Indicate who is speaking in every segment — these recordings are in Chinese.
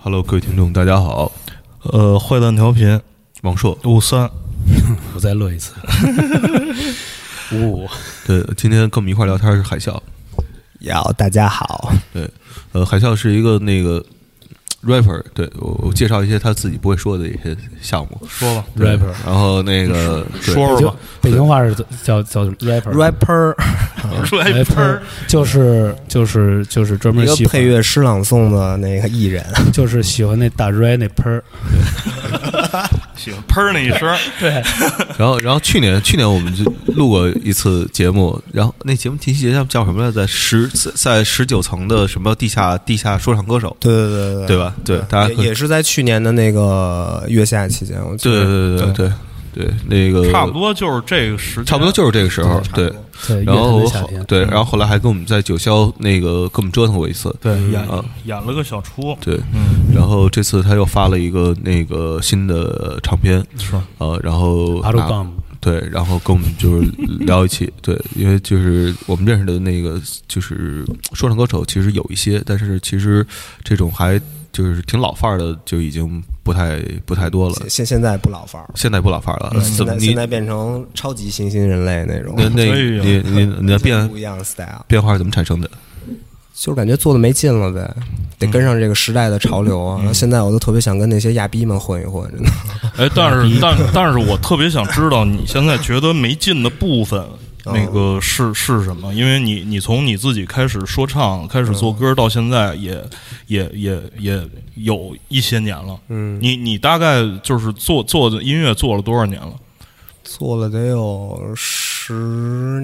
Speaker 1: Hello，各位听众，大家好，
Speaker 2: 呃，坏蛋调频
Speaker 1: 王硕。
Speaker 2: 五三，
Speaker 3: 我再乐一次。五五，
Speaker 1: 对，今天跟我们一块聊天是海啸。
Speaker 4: 要大 家好，
Speaker 1: 对，呃，海啸是一个那个 rapper，对我我介绍一些他自己不会说的一些项目
Speaker 2: 说吧，
Speaker 1: 对
Speaker 3: Rapper
Speaker 1: 然后那个对
Speaker 2: 说说
Speaker 3: 就
Speaker 2: 吧，
Speaker 3: 北京话是叫叫 rapper，rapper
Speaker 4: rapper，
Speaker 3: rapper 就是就是就是专门
Speaker 4: 一个
Speaker 3: 喜
Speaker 4: 配
Speaker 3: 欢，
Speaker 4: 乐诗朗诵的那个艺人，
Speaker 3: 就是喜欢那打 r 那 per，
Speaker 2: 行，喷那一声，
Speaker 3: 对，
Speaker 1: 然后然后去年去年我们就录过一次节目，然后那节目提节叫叫什么来着？十在在十九层的什么地下地下说唱歌手，
Speaker 4: 对对对
Speaker 1: 对吧？对，大家
Speaker 4: 呃也
Speaker 1: 可以
Speaker 4: 也是在去年的那个月下期间，我记
Speaker 1: 对
Speaker 4: 得
Speaker 1: 对对对对对，那个
Speaker 2: 差不多就是这个时间，
Speaker 1: 呃差不多就是这个时候，对。
Speaker 3: 对，
Speaker 1: 然后
Speaker 3: 乐坛的
Speaker 1: 我
Speaker 3: 夏
Speaker 1: 好
Speaker 3: 天，嗯
Speaker 1: 对，然后后来还跟我们在九霄那个跟我们折腾过一次，
Speaker 2: 对
Speaker 3: 嗯
Speaker 2: 演
Speaker 1: 啊
Speaker 2: 演了个小出，
Speaker 1: 对，
Speaker 2: 嗯，
Speaker 1: 然后这次他又发了一个那个新的唱片，
Speaker 2: 是
Speaker 1: 呃，然后
Speaker 3: 阿鲁
Speaker 1: 拿
Speaker 3: 杠，
Speaker 1: 对，然后跟我们就是 聊一起，对，因为就是我们认识的那个就是说唱歌手，其实有一些，但是其实这种还就是挺老范儿的，就已经不太不太多了，
Speaker 4: 现现在不老范儿，
Speaker 1: 现在不老范儿
Speaker 2: 嗯
Speaker 1: 了，
Speaker 4: 现
Speaker 1: 呃怎么
Speaker 4: 在
Speaker 1: 你
Speaker 4: 现在变成超级新兴人类那种，
Speaker 1: 那那
Speaker 2: 哎呦
Speaker 1: 你你你的变
Speaker 4: 不一样的 style，
Speaker 1: 变化是怎么产生的？
Speaker 4: 就是感觉做的没劲了呗，得
Speaker 1: 嗯
Speaker 4: 跟上这个时代的潮流啊。然后现在我都特别想跟那些亚逼们混一混，真的。
Speaker 2: 哎，但是但但是我特别想知道你现在觉得没劲的部分。那个是是什么？因为你你从你自己开始说唱，开始做歌，到现在也也也也有一些年了。
Speaker 4: 嗯，
Speaker 2: 你你大概就是做做音乐做了多少年了？
Speaker 4: 做了得有十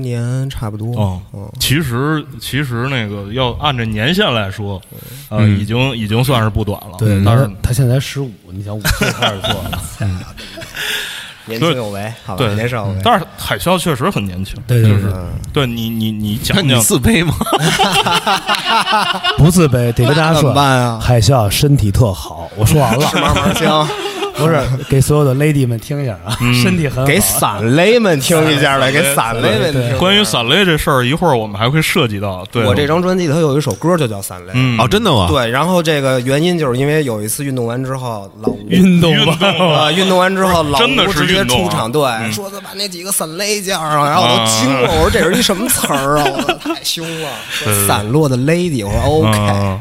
Speaker 4: 年差不多，
Speaker 2: 哦
Speaker 4: 嗯，
Speaker 2: 其实其实那个要按照年限来说，呃，
Speaker 1: 嗯
Speaker 2: 已经已经算是不短了。
Speaker 3: 对，
Speaker 2: 但是
Speaker 3: 他他现在才十五，你想五岁开始做，
Speaker 4: 年轻有为，好吧，
Speaker 2: 对
Speaker 4: 年少有为。
Speaker 2: 但是海啸确实很年轻。
Speaker 3: 对对对，
Speaker 4: 嗯
Speaker 2: 对你你你讲
Speaker 1: 那你
Speaker 2: 讲，
Speaker 1: 自卑吗？
Speaker 3: 不自卑，得跟大家
Speaker 4: 那怎
Speaker 3: 说
Speaker 4: 么，办啊？
Speaker 3: 海啸身体特好，我说完了，
Speaker 4: 慢慢 香，
Speaker 3: 不是 给所有的 lady 们听一下啊，身体很好，
Speaker 4: 给散雷 们听一下呗，给散雷们听。
Speaker 2: 关于散雷这事儿，一会儿我们还会涉及到。对，
Speaker 4: 我这张专辑里头有一首歌就叫《散雷》，
Speaker 2: 嗯
Speaker 1: 哦，真的吗？
Speaker 4: 对，然后这个原因就是因为有一次运动完之后，老吴
Speaker 3: 运动
Speaker 2: 运
Speaker 3: 吧，
Speaker 2: 动
Speaker 4: 啊，运动完之后，老
Speaker 2: 哦真的
Speaker 4: 吴直
Speaker 2: 是
Speaker 4: 接
Speaker 2: 运动啊
Speaker 4: 出场，对，说他把那几个散雷叫上，然后我都惊
Speaker 2: 啊
Speaker 4: 了，我说这是一什么词儿啊？我说太凶了，说散落的 lady，我说 OK，
Speaker 2: 嗯，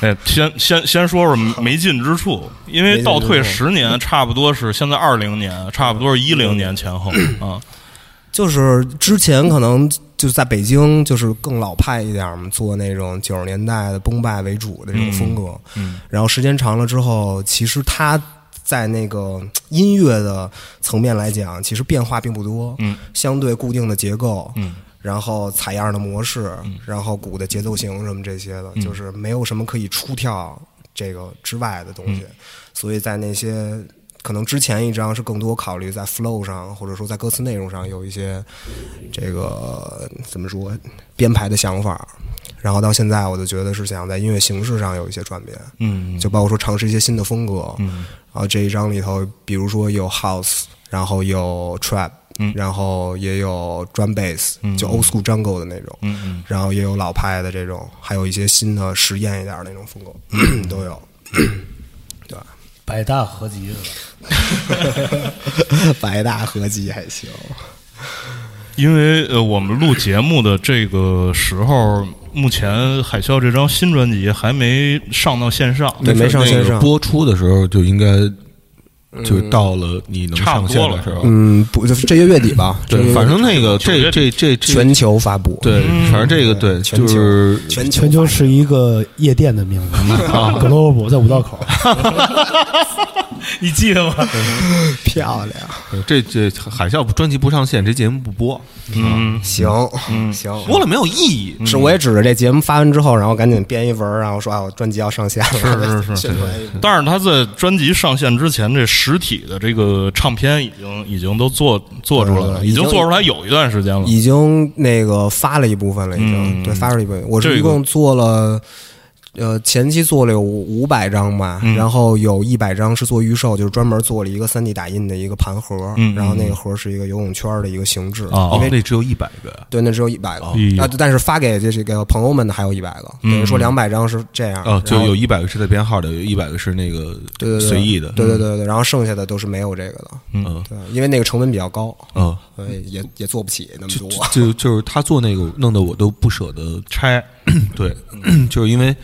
Speaker 2: 哎，先先先说说没劲之处，因为倒退十年，差不多是现在二零年，差不多是一零年前后啊。
Speaker 4: 就是之前可能就在北京，就是更老派一点嘛，做那种九十年代的崩败为主的这种风格，
Speaker 2: 嗯，
Speaker 4: 然后时间长了之后，其实他在那个音乐的层面来讲，其实变化并不多，
Speaker 2: 嗯，
Speaker 4: 相对固定的结构，
Speaker 2: 嗯，
Speaker 4: 然后采样的模式，然后鼓的节奏型什么这些的，
Speaker 2: 嗯
Speaker 4: 就是没有什么可以出跳这个之外的东西，
Speaker 2: 嗯
Speaker 4: 所以在那些。可能之前一张是更多考虑在 flow 上，或者说在歌词内容上有一些这个怎么说编排的想法，然后到现在我就觉得是想在音乐形式上有一些转变，
Speaker 2: 嗯，
Speaker 4: 就包括说尝试一些新的风格。
Speaker 2: 嗯
Speaker 4: 然后这一张里头，比如说有 house，然后有 trap，、
Speaker 2: 嗯
Speaker 4: 然后也有 drum bass，、
Speaker 2: 嗯
Speaker 4: 就 old school jungle 的那种，
Speaker 2: 嗯嗯，
Speaker 4: 然后也有老派的这种，还有一些新的实验一点的那种风格、
Speaker 2: 嗯
Speaker 4: 都有。
Speaker 3: 百大合集是吧？
Speaker 4: 白大合集还行，
Speaker 2: 因为呃，我们录节目的这个时候，目前海啸这张新专辑还没上到线上，
Speaker 4: 对没上线
Speaker 1: 那个
Speaker 4: 上
Speaker 1: 播出的时候就应该就到了你能上线的时候。
Speaker 4: 嗯，不，就是这月月底吧，这月
Speaker 1: 对，
Speaker 4: 月
Speaker 1: 反
Speaker 4: 底
Speaker 1: 正那个
Speaker 2: 九
Speaker 1: 这
Speaker 2: 月
Speaker 1: 这这这，
Speaker 4: 全球发布，
Speaker 1: 对，反正这个对，
Speaker 4: 全球
Speaker 1: 就是
Speaker 4: 全球
Speaker 3: 全球是一个夜店的名字 啊，Global 在五道口，你记得吗？
Speaker 4: 漂亮，
Speaker 1: 这这海啸专辑不上线，这节目不播，
Speaker 2: 嗯，
Speaker 4: 行、行。嗯
Speaker 1: 播了没有意义。
Speaker 4: 是，我也指着这节目发完之后，然后赶紧编一文儿，然后说啊，我专辑要上线了。
Speaker 2: 是是是
Speaker 4: 宣传一波
Speaker 2: 但是他在专辑上线之前，这实体的这个唱片已经已经都做做出来
Speaker 4: 对
Speaker 2: 了，
Speaker 4: 对
Speaker 2: 已
Speaker 4: 已
Speaker 2: 经
Speaker 4: 经
Speaker 2: 做出来有一段时间了。
Speaker 4: 已经那个发了一部分了，已经、
Speaker 2: 嗯
Speaker 4: 对发了一部分。我
Speaker 2: 这
Speaker 4: 是
Speaker 2: 个
Speaker 4: 一共做了呃，前期做了有五百张吧，
Speaker 2: 嗯
Speaker 4: 然后有一百张是做预售，就是专门做了一个三 D 打印的一个盘盒，
Speaker 2: 嗯嗯
Speaker 4: 然后那个盒是一个游泳圈的一个形制，
Speaker 2: 哦
Speaker 4: 因为
Speaker 1: 那只有一百个
Speaker 4: 对，那只有一百个、
Speaker 2: 哎呦
Speaker 4: 啊，但是发给这个朋友们的还有一百个，
Speaker 2: 嗯
Speaker 4: 等于说两百张是这样，
Speaker 1: 哦，就
Speaker 4: 然后
Speaker 1: 有一百个是带编号的，有一百个是那个
Speaker 4: 对对对
Speaker 1: 随意的，
Speaker 4: 对对对对，然后剩下的都是没有这个的，
Speaker 1: 嗯
Speaker 4: 对，因为那个成本比较高，
Speaker 1: 嗯，
Speaker 4: 所以也也做不起那么
Speaker 1: 就
Speaker 4: 多，
Speaker 1: 就就是他做那个弄得我都不舍 得
Speaker 2: 拆，
Speaker 1: 对，就是因为，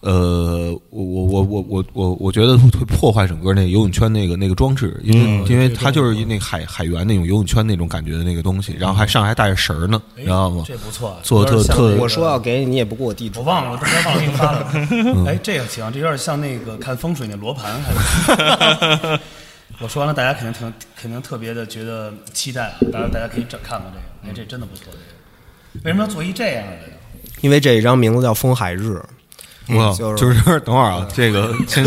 Speaker 1: 呃，我我我我我我我觉得会破坏整个那个游泳圈那个那个装置，因
Speaker 3: 嗯
Speaker 1: 为、因为它就是一那海海员那种游泳圈那种感觉的那个东西，然后还上还带着绳儿呢，知道吗？
Speaker 3: 嗯哎这不错，
Speaker 1: 做
Speaker 3: 有点
Speaker 1: 特
Speaker 3: 像
Speaker 1: 特
Speaker 3: 那个
Speaker 4: 我说要给你，你也不给我地址，
Speaker 3: 我忘了，我之前忘了给你发 了。哎，这个行，这有点像那个看风水那罗盘。 还是我说完了，大家肯定挺肯定特别的觉得期待，啊大家大家可以整看看这个，哎，这真的不错。这个为什么要做一这样的呀？
Speaker 4: 因为这一张名字叫《风海日》，
Speaker 1: 我
Speaker 4: 嗯就是
Speaker 1: 就是等会儿啊，这个先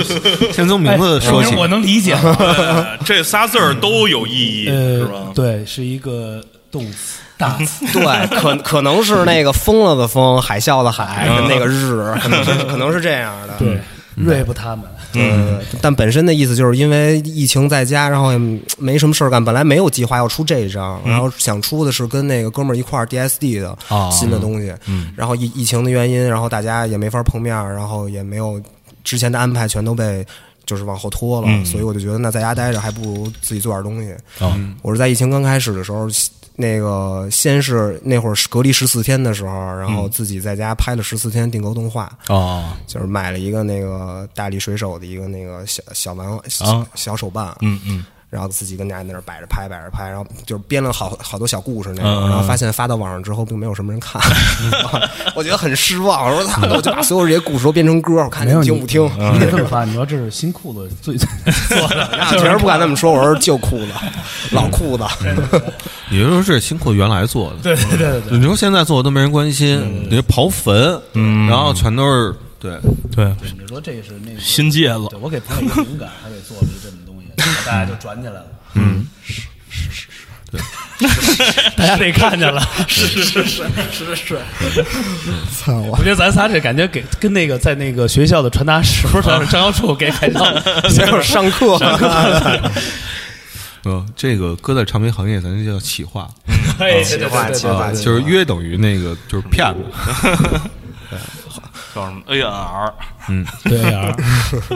Speaker 1: 先从名字说起
Speaker 3: 嗯哎，我能理 解。
Speaker 2: 哎这仨字儿都有意义，
Speaker 4: 呃
Speaker 2: 是吧？
Speaker 3: 呃对，是一个动词，大词。
Speaker 4: 对，可可能是那个疯了的疯，海啸的海，
Speaker 1: 嗯
Speaker 4: 跟那个日，可能是可能是这样 的。
Speaker 3: 对，瑞不他们，
Speaker 4: 嗯，但本身的意思就是因为疫情在家，然后也没什么事儿干，本来没有计划要出这一张，然后想出的是跟那个哥们儿一块儿 DSD 的
Speaker 1: 啊
Speaker 4: 新的东西，然后疫疫情的原因，然后大家也没法碰面儿，然后也没有之前的安排全都被就是往后拖了，所以我就觉得那在家待着还不如自己做点东西。我是在疫情刚开始的时候，那个先是那会儿隔离十四天的时候，然后自己在家拍了十四天定格动画，
Speaker 1: 啊，
Speaker 4: 就是买了一个那个大力水手的一个那个小小玩小,、
Speaker 2: 啊
Speaker 4: 小手办，
Speaker 2: 嗯嗯，
Speaker 4: 然后自己跟家那儿摆着拍摆着拍，然后就是编了好好多小故事那
Speaker 2: 嗯
Speaker 4: 种，
Speaker 2: 嗯
Speaker 4: 然后发现发到网上之后并没有什么人 看， 我觉得很失望，我说操，那我就把所有这些故事都变成歌，我看你听不听。
Speaker 2: 嗯
Speaker 3: 你得这么发。你说这是新裤子最最做的，
Speaker 4: 那
Speaker 2: 嗯
Speaker 4: 确实不敢那么说，我说旧裤子，老裤 子，
Speaker 2: 嗯
Speaker 1: 你就说这辛苦原来做的，
Speaker 3: 对嗯对对 对
Speaker 1: 你说现在做的都没人关心，你这刨坟，嗯，然后全都是对，
Speaker 2: 对，
Speaker 3: 对，你说这个是 那个
Speaker 2: 新戒了
Speaker 3: 对，，我给朋友一个灵感，他给做了一这么东西，大家就转起来了。嗯，是是是，对，大家得看见了， 是是是是是是。
Speaker 4: 操我
Speaker 3: 我觉得咱仨这感觉给跟那个在那个学校的传达室，不是 传达室张耀处给海盗，
Speaker 4: 没有上课，
Speaker 1: 呃，这个搁在唱片行业，咱就叫企划，
Speaker 3: 哎，
Speaker 4: 企划企划
Speaker 1: 啊，就是约等于那个就是骗子，
Speaker 2: 叫什么 ANR？
Speaker 3: 对呀，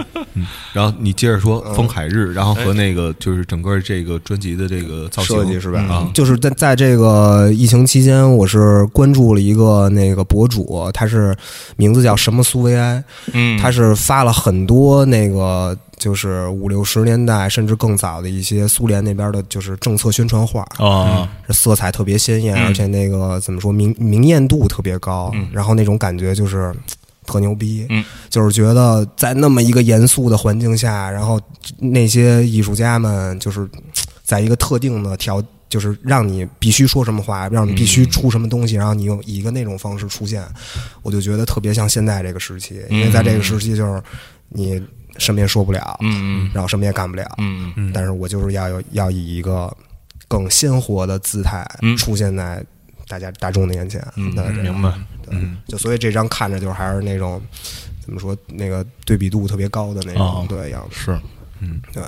Speaker 1: 然后你接着说《风海日》，然后和那个就是整个这个专辑的这个造型
Speaker 4: 设计是吧？
Speaker 1: 啊，
Speaker 4: 就是在在这个疫情期间，我是关注了一个那个博主，他是名字叫什么苏维埃，
Speaker 2: 嗯，
Speaker 4: 他是发了很多那个就是五六十年代甚至更早的一些苏联那边的就是政策宣传画，
Speaker 1: 啊，
Speaker 4: 色彩特别鲜艳，
Speaker 2: 嗯
Speaker 4: 而且那个怎么说明明艳度特别高，然后那种感觉就是嘖特牛逼，
Speaker 2: 嗯
Speaker 4: 就是觉得在那么一个严肃的环境下，然后那些艺术家们就是嘖在一个特定的条。就是让你必须说什么话，让你必须出什么东
Speaker 2: 嗯
Speaker 4: 西，然后你用以一个那种方式出现，我就觉得特别像现在这个时期，因为在这个时期就是你什么也说不了，
Speaker 2: 嗯
Speaker 4: 然后什么也干不了，
Speaker 2: 嗯
Speaker 1: 嗯
Speaker 4: 但是我就是要有要以一个更鲜活的姿态
Speaker 2: 嗯
Speaker 4: 出现在大家大众的眼前。
Speaker 2: 嗯
Speaker 4: 那
Speaker 2: 嗯，明白。
Speaker 4: 对，就所以这张看着就是还是那种怎么说那个对比度特别高的那
Speaker 2: 哦
Speaker 4: 种对样子，
Speaker 2: 是，
Speaker 4: 对。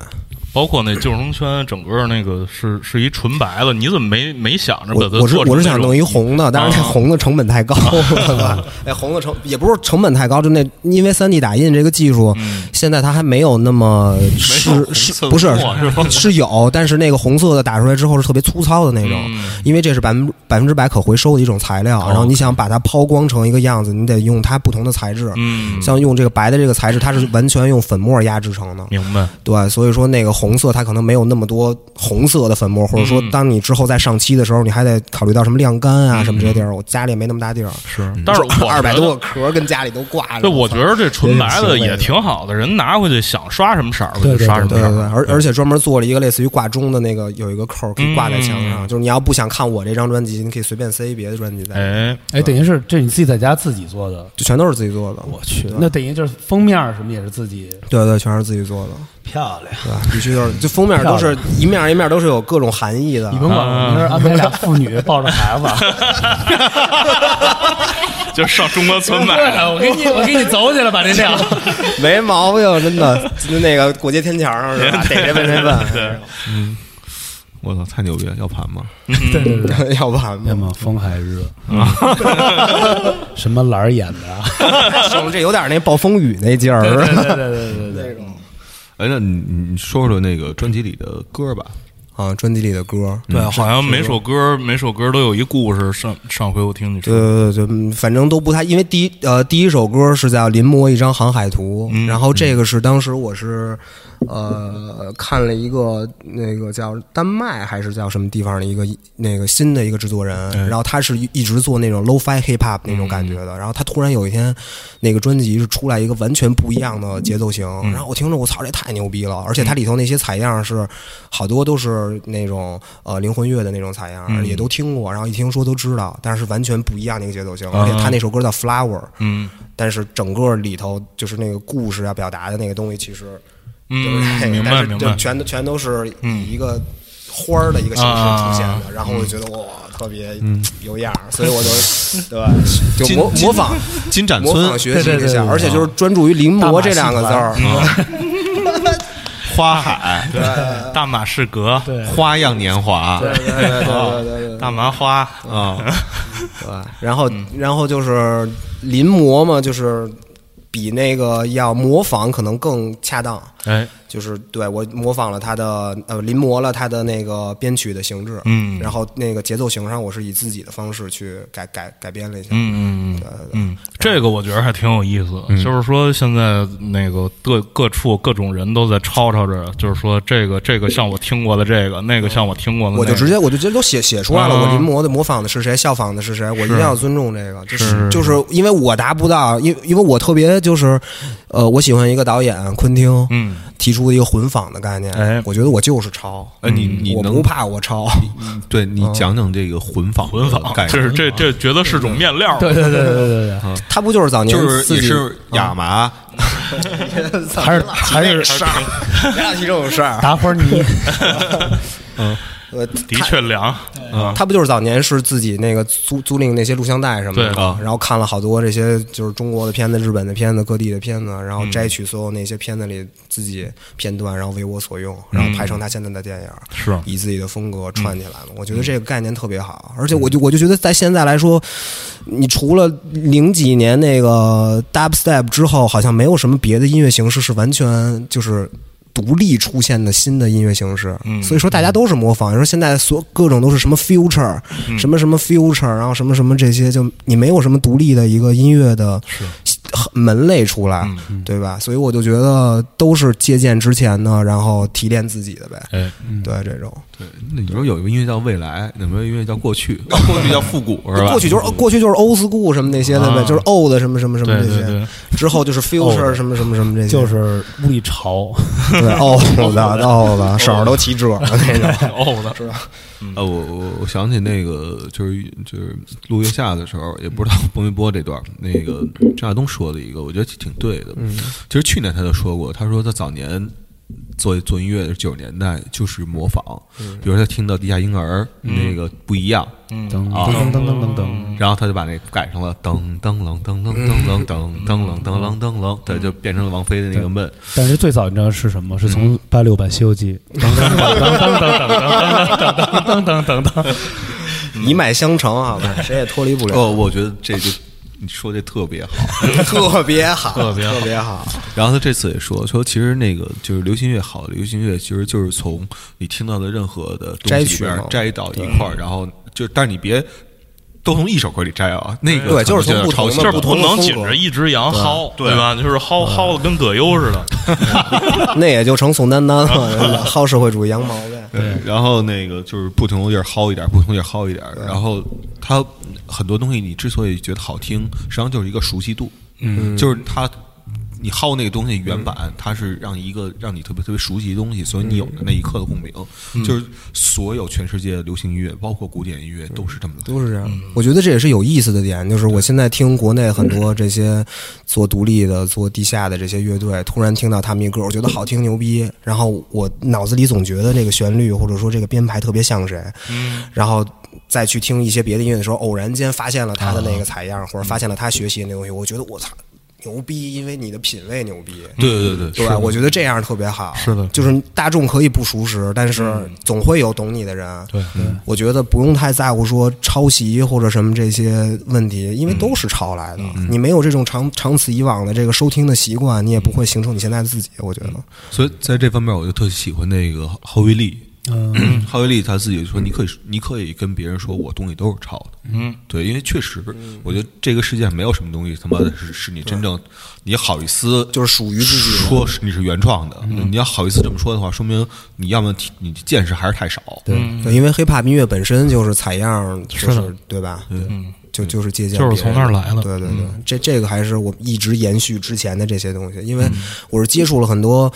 Speaker 2: 包括那救生圈，整个那个是是一纯白的，你怎么没没想着把
Speaker 4: 我
Speaker 2: 它
Speaker 4: 我是
Speaker 2: 做成
Speaker 4: 我是
Speaker 2: 那
Speaker 4: 想
Speaker 2: 种
Speaker 4: 弄一红的，但是那
Speaker 2: 啊
Speaker 4: 红的成本太 高了。哎，红的成也不是成本太高，就那因为三 D 打印这个技
Speaker 2: 嗯
Speaker 4: 术，现在它还没有那么
Speaker 2: 没有
Speaker 4: 是
Speaker 2: 红色
Speaker 4: 是
Speaker 2: 的
Speaker 4: 不是
Speaker 2: 墨是吧
Speaker 4: 是 有，但是那个红色的打出来之后是特别粗糙的那种，
Speaker 2: 嗯
Speaker 4: 因为这是百分百分之百可回收的一种材料，然
Speaker 2: 哦
Speaker 4: 后你想把它抛光成一个样子，你得用它不同的材质，
Speaker 2: 嗯，
Speaker 4: 像用这个白的这个材质，它是完全用粉末压制成的。
Speaker 2: 明白，
Speaker 4: 对，所以说那个红色它可能没有那么多红色的粉末，或者
Speaker 2: 嗯
Speaker 4: 说当你之后再上漆的时候，你还得考虑到什么晾干啊、什么这些地儿。我家里也没那么大地儿，
Speaker 2: 是，但是嗯我
Speaker 4: 嗯二百
Speaker 2: 觉得
Speaker 4: 多个壳跟家里都挂着。
Speaker 2: 对，哎我觉得这纯白的
Speaker 4: 有点腥味
Speaker 2: 也挺好的，人拿回去想刷什么色儿
Speaker 3: 对
Speaker 2: 就
Speaker 3: 对
Speaker 2: 刷什么
Speaker 4: 对
Speaker 2: 色
Speaker 4: 对对，
Speaker 2: 儿。
Speaker 4: 而而且专门做了一个类似于挂钟的那个，有一个扣儿可以挂在墙上，就是你要不想看我这张专辑，你可以随便塞别的专辑在，
Speaker 2: 哎，
Speaker 3: 哎，等于是这你自己在家自己做的，
Speaker 4: 就全都是自己做的。
Speaker 3: 我去，那等于就是封面儿什么也是自己
Speaker 4: 对对，全是自己做的，
Speaker 3: 漂亮。啊
Speaker 4: 对吧？必须就是，就封面都是一面一面都是有各种含义的
Speaker 3: 你。甭管，我们这儿安排俩妇女抱着孩子，
Speaker 2: 就上中关村
Speaker 3: 对
Speaker 2: 买。
Speaker 3: 啊，我给你我给你走起来把这辆，
Speaker 4: 没毛病，真的。那个过街天桥上是吧？逮谁问谁问。
Speaker 1: 我操，太牛逼了！要盘吗？
Speaker 3: 对对对。
Speaker 4: 对， 要不然
Speaker 3: 要么风还热，什么蓝儿演的啊？
Speaker 4: 手这有点那暴风雨那劲儿。
Speaker 3: 对对对对对对，
Speaker 1: 哎，那你你说说那个专辑里的歌吧。
Speaker 4: 啊，专辑里的歌，
Speaker 2: 对，好像每首歌每首歌都有一故事。上上回我听你说，
Speaker 4: 对对对，嗯反正都不太，因为第一呃第一首歌是叫《临摹一张航海图》，然后这个是当时我是呃看了一个那个叫丹麦还是叫什么地方的一个那个新的一个制作人，然后他是一一直做那种 low-fi hip hop 那种感觉的，然后他突然有一天那个专辑是出来一个完全不一样的节奏型，
Speaker 2: 嗯
Speaker 4: 然后我听着我操这太牛逼了，而且它里头那些采样是好多都是那种呃灵魂乐的那种采
Speaker 2: 嗯
Speaker 4: 样，也都听过，然后一听说都知道，但是完全不一样的一个节奏型，而且他那首歌叫 Flower，
Speaker 2: 啊嗯
Speaker 4: 但是整个里头就是那个故事要啊表达的那个东西，其实就是
Speaker 2: 嗯，明 白
Speaker 4: 但
Speaker 2: 明
Speaker 4: 是
Speaker 2: 白
Speaker 4: 就。
Speaker 2: 嗯
Speaker 4: 全都全都是以一个花儿的一个形式出现
Speaker 2: 啊嗯
Speaker 4: 的，然后我就觉得哇特别有样儿，所以我 就对吧，就模模仿。
Speaker 1: 金展
Speaker 4: 模
Speaker 1: 村
Speaker 4: 仿学习一
Speaker 3: 对对对
Speaker 4: 下，
Speaker 3: 对
Speaker 4: 而且就是专注于临摹这两个字儿，
Speaker 1: 花海，
Speaker 2: 对，大马士革，
Speaker 3: 对
Speaker 1: 花样年华，
Speaker 4: 对对对对对对对
Speaker 2: 大麻花，
Speaker 1: 啊，
Speaker 4: 嗯对。然后然后就是临摹嘛，就是比那个要模仿可能更恰当，
Speaker 2: 哎，
Speaker 4: 就是对我模仿了他的呃临摹了他的那个编曲的形制，
Speaker 2: 嗯
Speaker 4: 然后那个节奏型上我是以自己的方式去改改改编了一下，
Speaker 2: 嗯嗯
Speaker 4: 对对对嗯
Speaker 2: 嗯，这个我觉得还挺有意思的，就是说现在那个各各处各种人都在吵吵着，就是说这个这个像我听过的这个，那个像我听过的那个，
Speaker 4: 我就直接我就直接都写写出来了，
Speaker 2: 啊
Speaker 4: 我临摹的模仿的是谁，效仿的是谁，我一定要尊重这个。就是就是因为我达不到，因因为我特别就是，呃，我喜欢一个导演昆汀
Speaker 2: 嗯
Speaker 4: 提出的一个混仿的概念
Speaker 2: 哎，
Speaker 4: 我觉得我就是抄，
Speaker 1: 哎，你你
Speaker 4: 我
Speaker 1: 能
Speaker 4: 不怕我抄，
Speaker 1: 对你讲讲这个混纺
Speaker 2: 混
Speaker 1: 混
Speaker 2: 纺，
Speaker 1: 概
Speaker 2: 这
Speaker 1: 念
Speaker 2: 是这这觉得是种面料，
Speaker 3: 对对对对对
Speaker 4: 他不就是早年
Speaker 1: 就是
Speaker 4: 自
Speaker 1: 也
Speaker 4: 己
Speaker 1: 是亚麻，
Speaker 3: 对，还是
Speaker 5: 哎
Speaker 3: 还是
Speaker 4: 事儿，不要提这种事儿。
Speaker 3: 打会儿泥，
Speaker 4: 呃
Speaker 2: 的确凉，
Speaker 4: 他不就是早年是自己那个租租赁那些录像带什么的
Speaker 2: 对
Speaker 4: 吗
Speaker 1: 啊，
Speaker 4: 然后看了好多这些就是中国的片子、日本的片子、各地的片子，然
Speaker 2: 嗯
Speaker 4: 后摘取所有那些片子里自己片段，然后为我所用，然后拍成他现在的电影，
Speaker 2: 嗯是嗯
Speaker 4: 以自己的风格串起来了。我觉得这个概念特别好，而且我就我就觉得在现在来说，你除了零几年那个 dubstep 之后，好像没有什么别的音乐形式是完全就是独立出现的新的音乐形式。
Speaker 2: 嗯
Speaker 4: 所以说大家都是模仿。你说现在所各种都是什么 future，、什么什么 future，然后什么什么这些，就你没有什么独立的一个音乐的门类出来，对吧？所以我就觉得都是借鉴之前的，然后提炼自己的呗。
Speaker 2: 哎，
Speaker 4: 对，这种
Speaker 1: 对，那你说有一个音乐叫未来，有没有音乐叫过去？过去叫复古是吧？
Speaker 4: 过去就是过去就是 old school 什么那些的呗，
Speaker 2: 嗯啊
Speaker 4: 就是 old 什么什么什么
Speaker 2: 对
Speaker 4: 这
Speaker 2: 对
Speaker 4: 些，
Speaker 2: 对，
Speaker 4: 之后就是 future 什么什么什么这些，
Speaker 3: 就是屋里潮，
Speaker 4: 对 old 哦的 old 的手上都起褶了那种。
Speaker 2: 哦的，
Speaker 1: 呃，我我我想起那个，就是就是录月下的时候，也不知道
Speaker 4: 嗯
Speaker 1: 播没播这段儿，那个张亚东说的一个，我觉得挺对的。嗯，其实去年他就说过，他说他早年做做音乐的九十年代就是模仿，
Speaker 4: 嗯
Speaker 1: 比如他听到地下婴儿、那个不一样，
Speaker 2: 嗯
Speaker 3: 噔
Speaker 1: 啊
Speaker 3: 噔噔噔噔
Speaker 4: 嗯
Speaker 3: 噔，
Speaker 1: 然后他就把那改成了噔噔噔噔噔噔噔噔噔噔噔噔噔，
Speaker 4: 嗯
Speaker 1: 对，就变成了王菲的那个闷。
Speaker 3: 但是最早你知道是什么？是从八六版《西游记》噔噔噔噔噔噔噔噔噔噔噔噔，
Speaker 4: 一脉相承 啊，谁也脱离不
Speaker 1: 哦，
Speaker 4: 了，
Speaker 1: 我觉得这就你说这特别好。
Speaker 4: 特别好，特
Speaker 2: 别好
Speaker 4: 好。
Speaker 1: 然后他这次也说，说其实那个就是流行乐好，流行乐其实就是从你听到的任何的东
Speaker 4: 摘
Speaker 1: 西里
Speaker 4: 取
Speaker 1: 边
Speaker 4: 嘛
Speaker 1: 摘到一块儿，然后就但是你别都从一首歌里摘啊，那个
Speaker 4: 对就是
Speaker 1: 可能
Speaker 4: 从
Speaker 1: 有
Speaker 4: 不
Speaker 1: 抄袭了
Speaker 4: 同的
Speaker 2: 就是
Speaker 4: 不
Speaker 2: 不
Speaker 4: 同的
Speaker 2: 能
Speaker 4: 风
Speaker 2: 紧
Speaker 4: 格
Speaker 2: 着一只羊薅，
Speaker 1: 对
Speaker 2: 对吧？就是薅薅的跟葛优似的，
Speaker 4: 那也就成宋丹丹 了，薅社会主义羊毛呗。
Speaker 1: 对，然后那个就是不同的地儿薅一点，不同地儿薅一点，然后它很多东西你之所以觉得好听，实际上就是一个熟悉度，嗯，就是它。你好那个东西原版，它是让一个让你特别特别熟悉的东西，所以你有的那一刻的共鸣，就是所有全世界的流行音乐，包括古典音乐，都是这么来的。
Speaker 4: 都是这样。我觉得这也是有意思的点，就是我现在听国内很多这些做独立的、做地下的这些乐队，突然听到他们一歌，我觉得好听牛逼，然后我脑子里总觉得这个旋律或者说这个编排特别像谁，然后再去听一些别的音乐的时候，偶然间发现了他的那个采样，或者发现了他学习的那东西，我觉得我操。牛逼，因为你的品味牛逼。
Speaker 1: 对对对
Speaker 4: 对吧，我觉得这样特别好。
Speaker 2: 是的嗯
Speaker 4: 就是大众可以不熟识，但是总会有懂你的人。
Speaker 2: 对对
Speaker 4: 我觉得不用太在乎说抄袭或者什么这些问题，因为都是抄来的。
Speaker 2: 嗯
Speaker 4: 你没有这种长长此以往的这个收听的习惯，你也不会形成你现在的自己。我觉得，
Speaker 2: 嗯
Speaker 1: 所以在这方面，我就特喜欢那个郝威利。嗯，郝威利他自己就说：“你可以，你可以跟别人说我东西都是抄的。”嗯，对，因为确实，我觉得这个世界上没有什么东西他妈的是是你真正你好意思
Speaker 4: 就是属于自己的
Speaker 1: 说是你是原创的。你要好意思这么说的话，说明你要么你的见识还是太少。
Speaker 4: 对，对嗯因为 hiphop 音乐本身就是采样，就是
Speaker 2: 嗯的
Speaker 4: 对吧？嗯，就就是借鉴别
Speaker 2: 就
Speaker 4: 人，
Speaker 2: 是从那儿来嗯的
Speaker 4: 对对对，这这个还是我一直延续之前的这些东西，因
Speaker 2: 嗯
Speaker 4: 为我是接触了很多，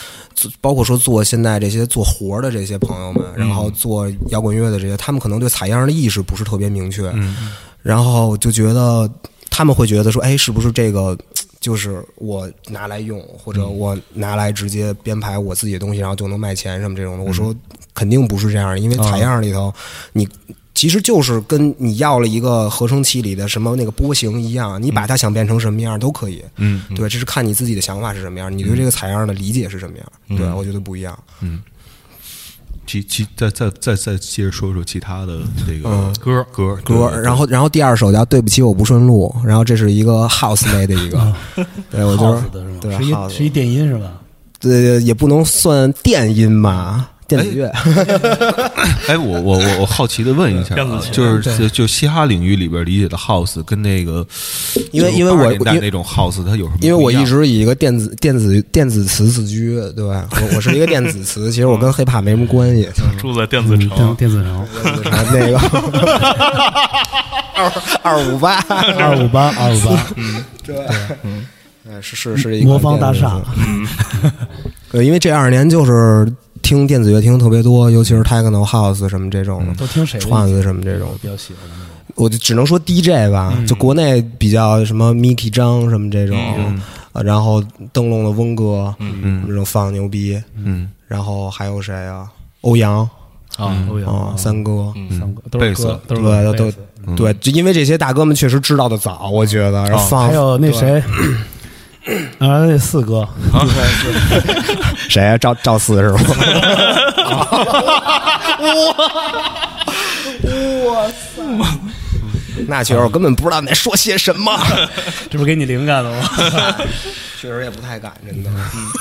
Speaker 4: 包括说做现在这些做活儿的这些朋友们，然
Speaker 2: 嗯
Speaker 4: 后做摇滚乐的这些，他们可能对采样的意识不是特别明确，
Speaker 2: 嗯
Speaker 4: 然后就觉得他们会觉得说，哎，是不是这个？就是我拿来用，或者我拿来直接编排我自己的东西，然后就能卖钱什么这种的。我说肯定不是这样的，因为采样里头，你其实就是跟你要了一个合成器里的什么那个波形一样，你把它想变成什么样都可以。
Speaker 1: 嗯，
Speaker 4: 对，这是看你自己的想法是什么样，你对这个采样的理解是什么样。对，我觉得不一样。
Speaker 1: 其其再再再再接着说说其他的这个
Speaker 2: 嗯歌
Speaker 1: 歌
Speaker 4: 歌，然后然后第二首叫《对不起我不顺路》，然后这是一个 house 类的一个，对我就
Speaker 3: 耗子
Speaker 4: 是
Speaker 3: 的是吗？
Speaker 4: 对
Speaker 3: 是
Speaker 4: house
Speaker 3: 一是一电音是吧？
Speaker 4: 对呃也不能算电音吧，电子乐。
Speaker 1: 哎，我我我我好奇的问一下
Speaker 2: 电子
Speaker 1: 啊，
Speaker 2: 琴
Speaker 1: 就是就就嘻哈领域里边理解的 house 跟那个，
Speaker 4: 因为
Speaker 1: 就是
Speaker 4: 因为我
Speaker 1: 80年代
Speaker 4: 因为
Speaker 1: 那种 house 它有什么不样？
Speaker 4: 因为我一直以一个电子电子电子词自居，对吧？我我是一个电子词，其实我跟 hiphop 没什么关系。
Speaker 2: 住在电子
Speaker 3: 电
Speaker 2: 城，
Speaker 3: 电子城
Speaker 4: 那个二二五八，
Speaker 3: 二五八二五八
Speaker 4: 对，嗯，是是是一个
Speaker 3: 魔方大厦
Speaker 4: 电子词。对，因为这二年就是听电子乐听特别多，尤其是 techno house 什么这种的，
Speaker 3: 都听谁的？
Speaker 4: 串子什么这种
Speaker 3: 我，比较喜欢的
Speaker 4: 我就只能说 DJ 吧，就国内比较什么 Miki 张什么这种，呃然后灯笼的翁哥，嗯，这种放牛逼，
Speaker 1: 嗯
Speaker 4: 然后还有谁啊？欧阳
Speaker 3: 啊，欧阳
Speaker 4: 啊，三哥，
Speaker 3: 三个都
Speaker 1: 贝
Speaker 3: 是
Speaker 1: 斯
Speaker 3: 歌，都是
Speaker 4: 对，
Speaker 3: 歌
Speaker 4: 都
Speaker 3: 贝
Speaker 4: 都
Speaker 3: 斯
Speaker 4: 对，就因为这些大哥们确实知道的早，我觉得，然后放
Speaker 3: 哦还有那
Speaker 4: 对
Speaker 3: 谁， 啊，那四哥，
Speaker 4: 谁啊？赵赵四是吗？我我操！那确实，我根本不知道你在说些什么，
Speaker 3: 这不是给你灵感了 吗？
Speaker 4: 确实也不太敢，真的，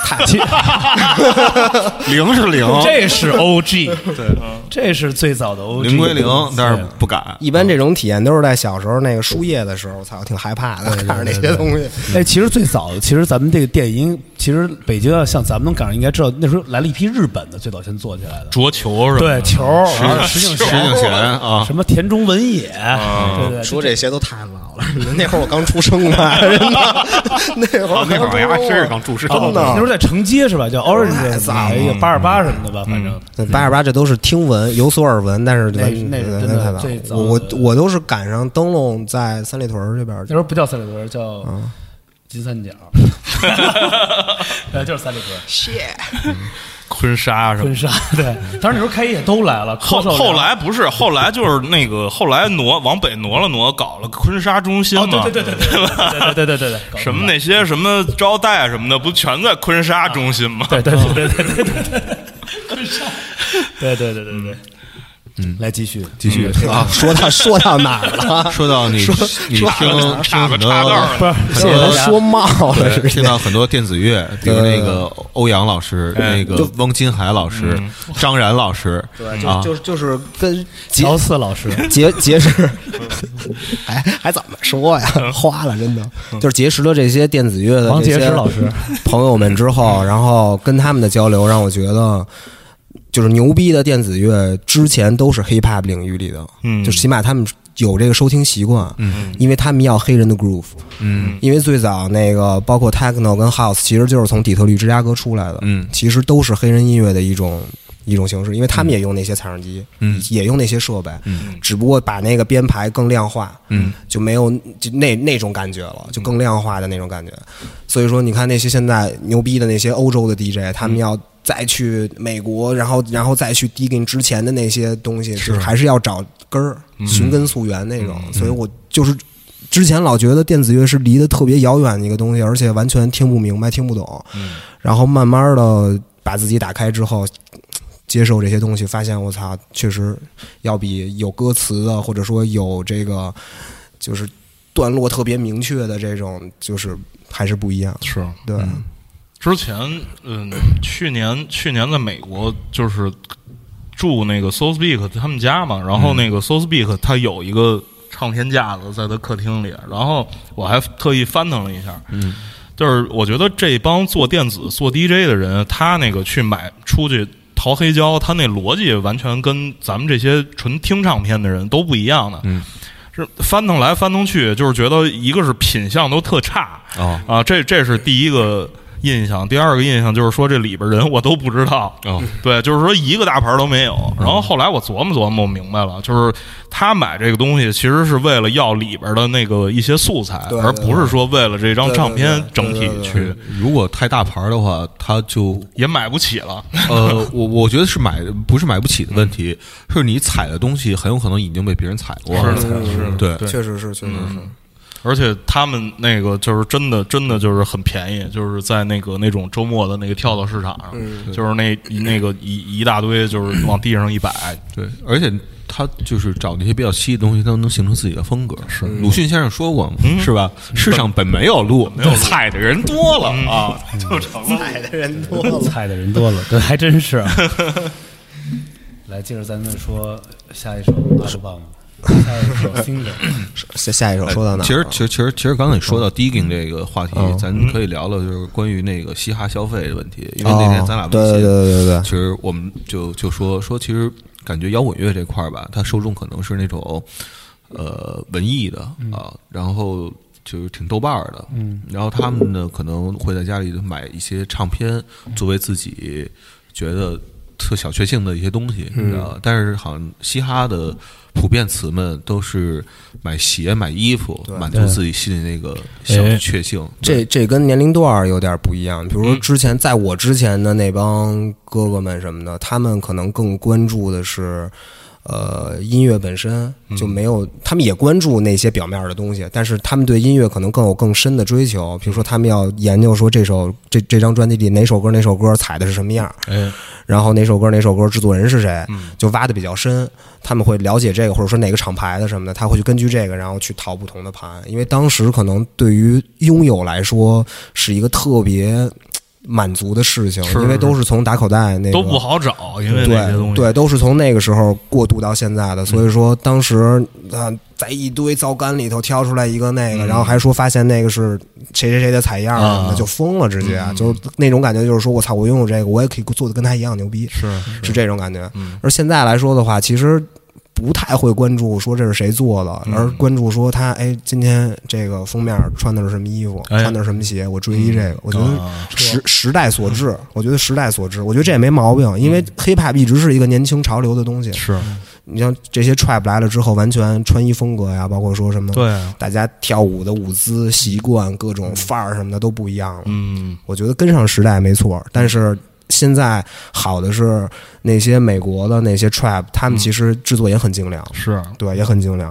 Speaker 4: 太
Speaker 1: 零是零，
Speaker 3: 这是 O G，对， 这是最早的 O G，
Speaker 1: 零归零，但是不敢。
Speaker 4: 一般这种体验都是在小时候那个输液的时候，我操，挺害怕的，看着那些东西。
Speaker 3: 哎，其实最早，其实咱们这个电音，其实北京要像咱们能赶上，应该知道那时候来了一批日本的，最早先做起来的。
Speaker 2: 桌球是吧？
Speaker 3: 对，球儿，然后石
Speaker 1: 石
Speaker 3: 井啊
Speaker 1: 井贤啊，
Speaker 3: 什么田中文也，对对，
Speaker 4: 说这些都太老了，那会儿我刚出生吧，真的，那会儿
Speaker 1: 那会儿还真是刚出
Speaker 2: 啊
Speaker 1: 生
Speaker 4: 真
Speaker 3: 那时候
Speaker 4: 的。
Speaker 3: 在城街是吧？叫 Orange，
Speaker 4: 太
Speaker 3: 什
Speaker 4: 早
Speaker 3: 么
Speaker 4: 了
Speaker 3: 的哎呀，八二八什么的吧，反正
Speaker 4: 八二八，这都是听闻，有所耳闻，但是
Speaker 3: 那
Speaker 4: 完
Speaker 3: 那是
Speaker 4: 对
Speaker 3: 真的
Speaker 4: 太早
Speaker 3: 最早
Speaker 4: 我我
Speaker 3: 的
Speaker 4: 我都是赶上灯笼在三里屯儿这边儿
Speaker 3: 那时，候不叫三里屯，叫金三角，呃，就是三里屯
Speaker 2: 昆沙是吧
Speaker 3: 婚？纱。对，当时那时候开业都来了，
Speaker 2: 后
Speaker 3: 柯受良
Speaker 2: 后来不是，后来就是那个后来挪往北挪了挪，搞了昆沙中心
Speaker 3: 哦，
Speaker 2: 嘛，
Speaker 3: 对对对对对对对对对对对，搞
Speaker 2: 什么那些什么招待什么的，不全在昆沙中心吗？
Speaker 3: 对对对对对对对对，对对对对对，嗯，来继续
Speaker 1: 继续啊，
Speaker 4: 说到说到哪儿了？
Speaker 1: 说到你你听听
Speaker 2: 插个
Speaker 1: 很
Speaker 2: 插道
Speaker 1: 多
Speaker 2: 儿。
Speaker 3: 不是
Speaker 4: 给他说冒了，
Speaker 1: 对，
Speaker 4: 是
Speaker 1: 听到很多电子乐，
Speaker 4: 呃
Speaker 1: 比如那个欧阳老师、那个翁金海老师、张然老师，啊，
Speaker 4: 就是就是跟结
Speaker 3: 乔四老师，
Speaker 4: 结结识，还哎还怎么说
Speaker 1: 嗯
Speaker 4: 呀？花了，真的就是结识了这些电子乐的
Speaker 3: 王
Speaker 4: 这
Speaker 3: 杰
Speaker 4: 些
Speaker 3: 石老师，
Speaker 4: 朋友们之
Speaker 1: 嗯
Speaker 4: 后，然后跟他们的交流，让我觉得。就是牛逼的电子乐，之前都是 hip hop 领域里的，
Speaker 2: 嗯
Speaker 4: 就是起码他们有这个收听习惯，
Speaker 1: 嗯
Speaker 4: 因为他们要黑人的 groove，
Speaker 1: 嗯
Speaker 4: 因为最早那个包括 techno 跟 house 其实就是从底特律、芝加哥出来的，
Speaker 1: 嗯
Speaker 4: 其实都是黑人音乐的一种一种形式，因为他们也用那些采样机，
Speaker 1: 嗯
Speaker 4: 也用那些设备，
Speaker 1: 嗯
Speaker 4: 只不过把那个编排更量化，
Speaker 1: 嗯
Speaker 4: 就没有就那那种感觉了，就更量化的那种感觉。所以说，你看那些现在牛逼的那些欧洲的 DJ，他们
Speaker 1: 嗯
Speaker 4: 要再去美国，然后然后再去 digging 之前的那些东西，就是还是要找根儿、
Speaker 1: 嗯
Speaker 4: 寻根溯源那种。所以我就是之前老觉得电子乐是离得特别遥远的一个东西，而且完全听不明白、听不懂。
Speaker 1: 嗯
Speaker 4: 然后慢慢的把自己打开之后。接受这些东西，发现我操，确实要比有歌词的，或者说有这个就是段落特别明确的这种，就是还是不一样。
Speaker 2: 是
Speaker 4: 对，
Speaker 2: 之前，嗯，去年去年在美国就是住那个 Soulspeak 他们家嘛，然后
Speaker 1: 嗯
Speaker 2: 那个 Soulspeak 他有一个唱片架子在他客厅里，然后我还特意翻腾了一下，嗯，就是我觉得这帮做电子做 DJ 的人，他那个去买出去。淘黑胶，他那逻辑完全跟咱们这些纯听唱片的人都不一样的，
Speaker 1: 嗯，
Speaker 2: 是翻腾来翻腾去，就是觉得一个是品相都特差，
Speaker 1: 哦
Speaker 2: 啊，这这是第一个印象。第二个印象就是说这里边人我都不知道，
Speaker 1: 哦
Speaker 2: 对，就是说一个大牌都没有。然后后来我琢磨琢磨，我明白了，就是他买这个东西其实是为了要里边的那个一些素材，
Speaker 4: 对
Speaker 2: 而不是说为了这张唱片整体
Speaker 4: 对对对对
Speaker 2: 去
Speaker 1: 如果太大牌儿的话，他就
Speaker 2: 也买不起了。
Speaker 1: 呃，我我觉得是买不是买不起的问题，是你采的东西很有可能已经被别人采过了。嗯
Speaker 2: 是的是的
Speaker 1: 对，
Speaker 4: 确实是，确实是。
Speaker 1: 嗯
Speaker 2: 而且他们那个就是真的，真的就是很便宜，就是在那个那种周末的那个跳蚤市场上，
Speaker 4: 嗯
Speaker 2: 就是那那个一一大堆，就是往地上 一摆，
Speaker 1: 对，而且他就是找那些比较稀的东西，他能形成自己的风格。是鲁迅先生说过嘛，是吧？世上本没有路，没有菜的人多了
Speaker 2: 嗯
Speaker 1: 啊。
Speaker 2: 就成了。
Speaker 4: 买的人多了，
Speaker 3: 菜的人多了，对，还真是、啊。来，接着咱们说下一首阿鲁棒，下一首 single，
Speaker 4: 下下一首说到哪儿了？
Speaker 1: 哎其实，其实，其实，其实，刚才你说到 digging 这个话题，
Speaker 4: 嗯
Speaker 1: 咱可以聊聊就是关于那个嘻哈消费的问题，因为那天咱俩
Speaker 4: 哦
Speaker 1: 不
Speaker 4: 对
Speaker 1: 是
Speaker 4: 对
Speaker 1: 写
Speaker 4: 对对对
Speaker 1: 其实我们就就说说，其实感觉摇滚乐这块儿吧，它受众可能是那种呃文艺的啊，然后就是挺豆瓣儿的，嗯，然后他们呢可能会在家里就买一些唱片作为自己觉得特小确幸的一些东西，啊，但是好像嘻哈的。普遍词们都是买鞋、买衣服，满足自己心里那个小
Speaker 3: 哎
Speaker 1: 确幸。
Speaker 4: 这这跟年龄段儿有点不一样。比如说之前在我之前的那帮哥哥们什么的，他们可能更关注的是。呃，音乐本身就没有，他们也关注那些表面的东西，但是他们对音乐可能更有更深的追求。比如说，他们要研究说这首这这张专辑里哪首歌哪首歌采的是什么样儿，
Speaker 2: 哎，
Speaker 4: 然后哪首歌哪首歌制作人是谁，就挖的比较深，他们会了解这个，或者说哪个厂牌的什么的，他会去根据这个，然后去淘不同的盘，因为当时可能对于拥有来说是一个特别嘖满足的事情，
Speaker 2: 是
Speaker 4: 因为都是从打口袋那个
Speaker 2: 都不好找，因为那些东
Speaker 4: 对
Speaker 2: 西。嗯
Speaker 4: 对，都是从那个时候过渡到现在的，所以说当时啊，在一堆糟干里头挑出来一个那个，然后还说发现那个是谁谁谁的采样什么
Speaker 2: 嗯啊嗯
Speaker 4: 的，就疯了，直接就是那种感觉，就是说我操，我拥有这个，我也可以做的跟他一样牛逼，
Speaker 2: 是
Speaker 4: 是这种感觉。
Speaker 2: 嗯
Speaker 4: 而现在来说的话，其实。不太会关注说这是谁做的，
Speaker 2: 嗯
Speaker 4: 而关注说他哎，今天这个封面穿的是什么衣服，
Speaker 2: 哎嗯
Speaker 4: 穿的是什么鞋，我追一这个，我觉得
Speaker 2: 啊嗯
Speaker 4: 时时代所致，我觉得时代所致，我觉得这也没毛病，因为 hiphop 一直是一个年轻潮流的东西。
Speaker 2: 是
Speaker 4: 你像这些 trap 来了之后，完全穿衣风格呀，包括说什么，
Speaker 2: 对，
Speaker 4: 大家跳舞的舞姿、习惯、各种范儿什么的都不一样了。
Speaker 2: 嗯，
Speaker 4: 我觉得跟上时代没错，但是现在好的是那些美国的那些 trap，他
Speaker 2: 嗯
Speaker 4: 们其实制作也很精良，
Speaker 2: 是，
Speaker 4: 对，也很精良。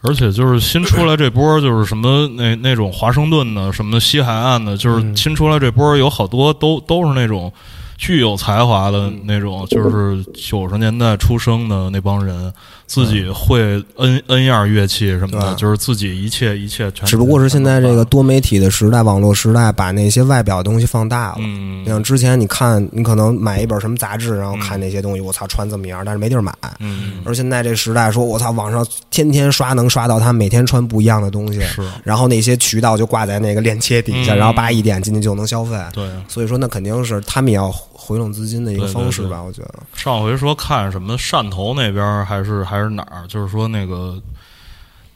Speaker 2: 而且就是新出来这波，就是什么那那种华盛顿的，什么西海岸的，就是新出来这波有好多都都是那种具有才华的那种，就是九十年代出生的那帮人，自己会 n n 样乐器什么的，
Speaker 4: 对
Speaker 2: 就是自己一切一切全。
Speaker 4: 只不过是现在这个，多媒体的时代、网络时代，把那些外表的东西放大了。
Speaker 2: 嗯，
Speaker 4: 像之前你看，你可能买一本什么杂志，然后看那些东西，我操，穿这么样，但是没地儿买。
Speaker 2: 嗯，
Speaker 4: 而现在这时代，说我操，网上天天刷，能刷到他每天穿不一样的东西，
Speaker 2: 是，
Speaker 4: 然后那些渠道就挂在那个链接底下，
Speaker 2: 嗯
Speaker 4: 然后叭一点进去就能消费。
Speaker 2: 对。
Speaker 4: 所以说，那肯定是他们也要回笼资金的一个
Speaker 2: 对对
Speaker 4: 方式
Speaker 2: 对
Speaker 4: 吧？我觉得
Speaker 2: 上回说看什么汕头那边儿还是还是哪儿，就是说那个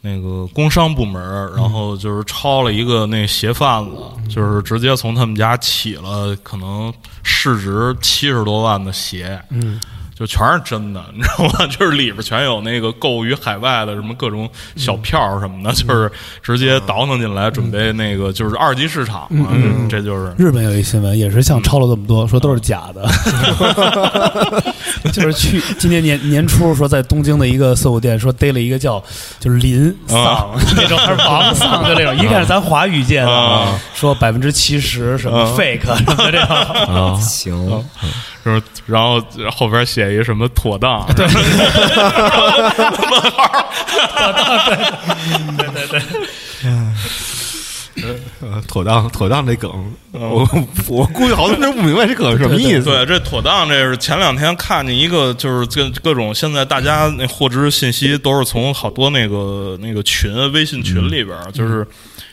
Speaker 2: 那个工商部门，然后就是抄了一个那鞋贩子，就是直接从他们家起了可能市值七十多万的鞋，嗯，就全是真的，你知道吗？就是里边全有那个购于海外的什么各种小票什么的，就是直接倒腾进来，准备那个就是二级市场嘛，这就是
Speaker 5: 日本有一新闻，也是像抄了这么多，说都是假的， 就是去今年年年初说在东京的一个四五店说逮了一个叫就是林 丧、那种，还是王丧就那种，一看是咱华语界的，
Speaker 2: 啊
Speaker 5: 说百分之七十什么
Speaker 2: 啊
Speaker 5: fake 什么的这种，
Speaker 4: 哦
Speaker 1: 啊，
Speaker 4: 行，
Speaker 2: 嗯 就是然后后边写一什么妥当，对，
Speaker 1: 呃妥当妥当这梗，我我估计好多人都不明白这梗是什么意思。
Speaker 2: 对，这妥当，这是前两天看见一个，就是各各种现在大家那获知信息都是从好多那个那个群微信群里边儿，就是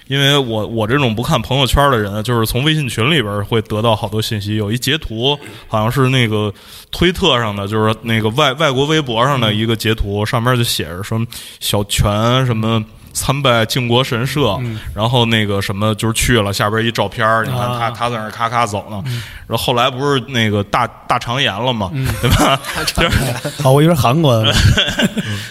Speaker 2: 因为我我这种不看朋友圈的人，就是从微信群里边儿会得到好多信息。有一截图好像是那个推特上的，就是那个外外国微博上的一个截图，上面就写着什么小泉什么。参拜靖国神社，然后那个什么就是去了，下边一照片儿，你看他、
Speaker 5: 啊
Speaker 2: 他在那儿咔咔走呢，然后后来不是那个大大肠炎了嘛，对吧？就是
Speaker 5: 哦，我以为是韩国的呢，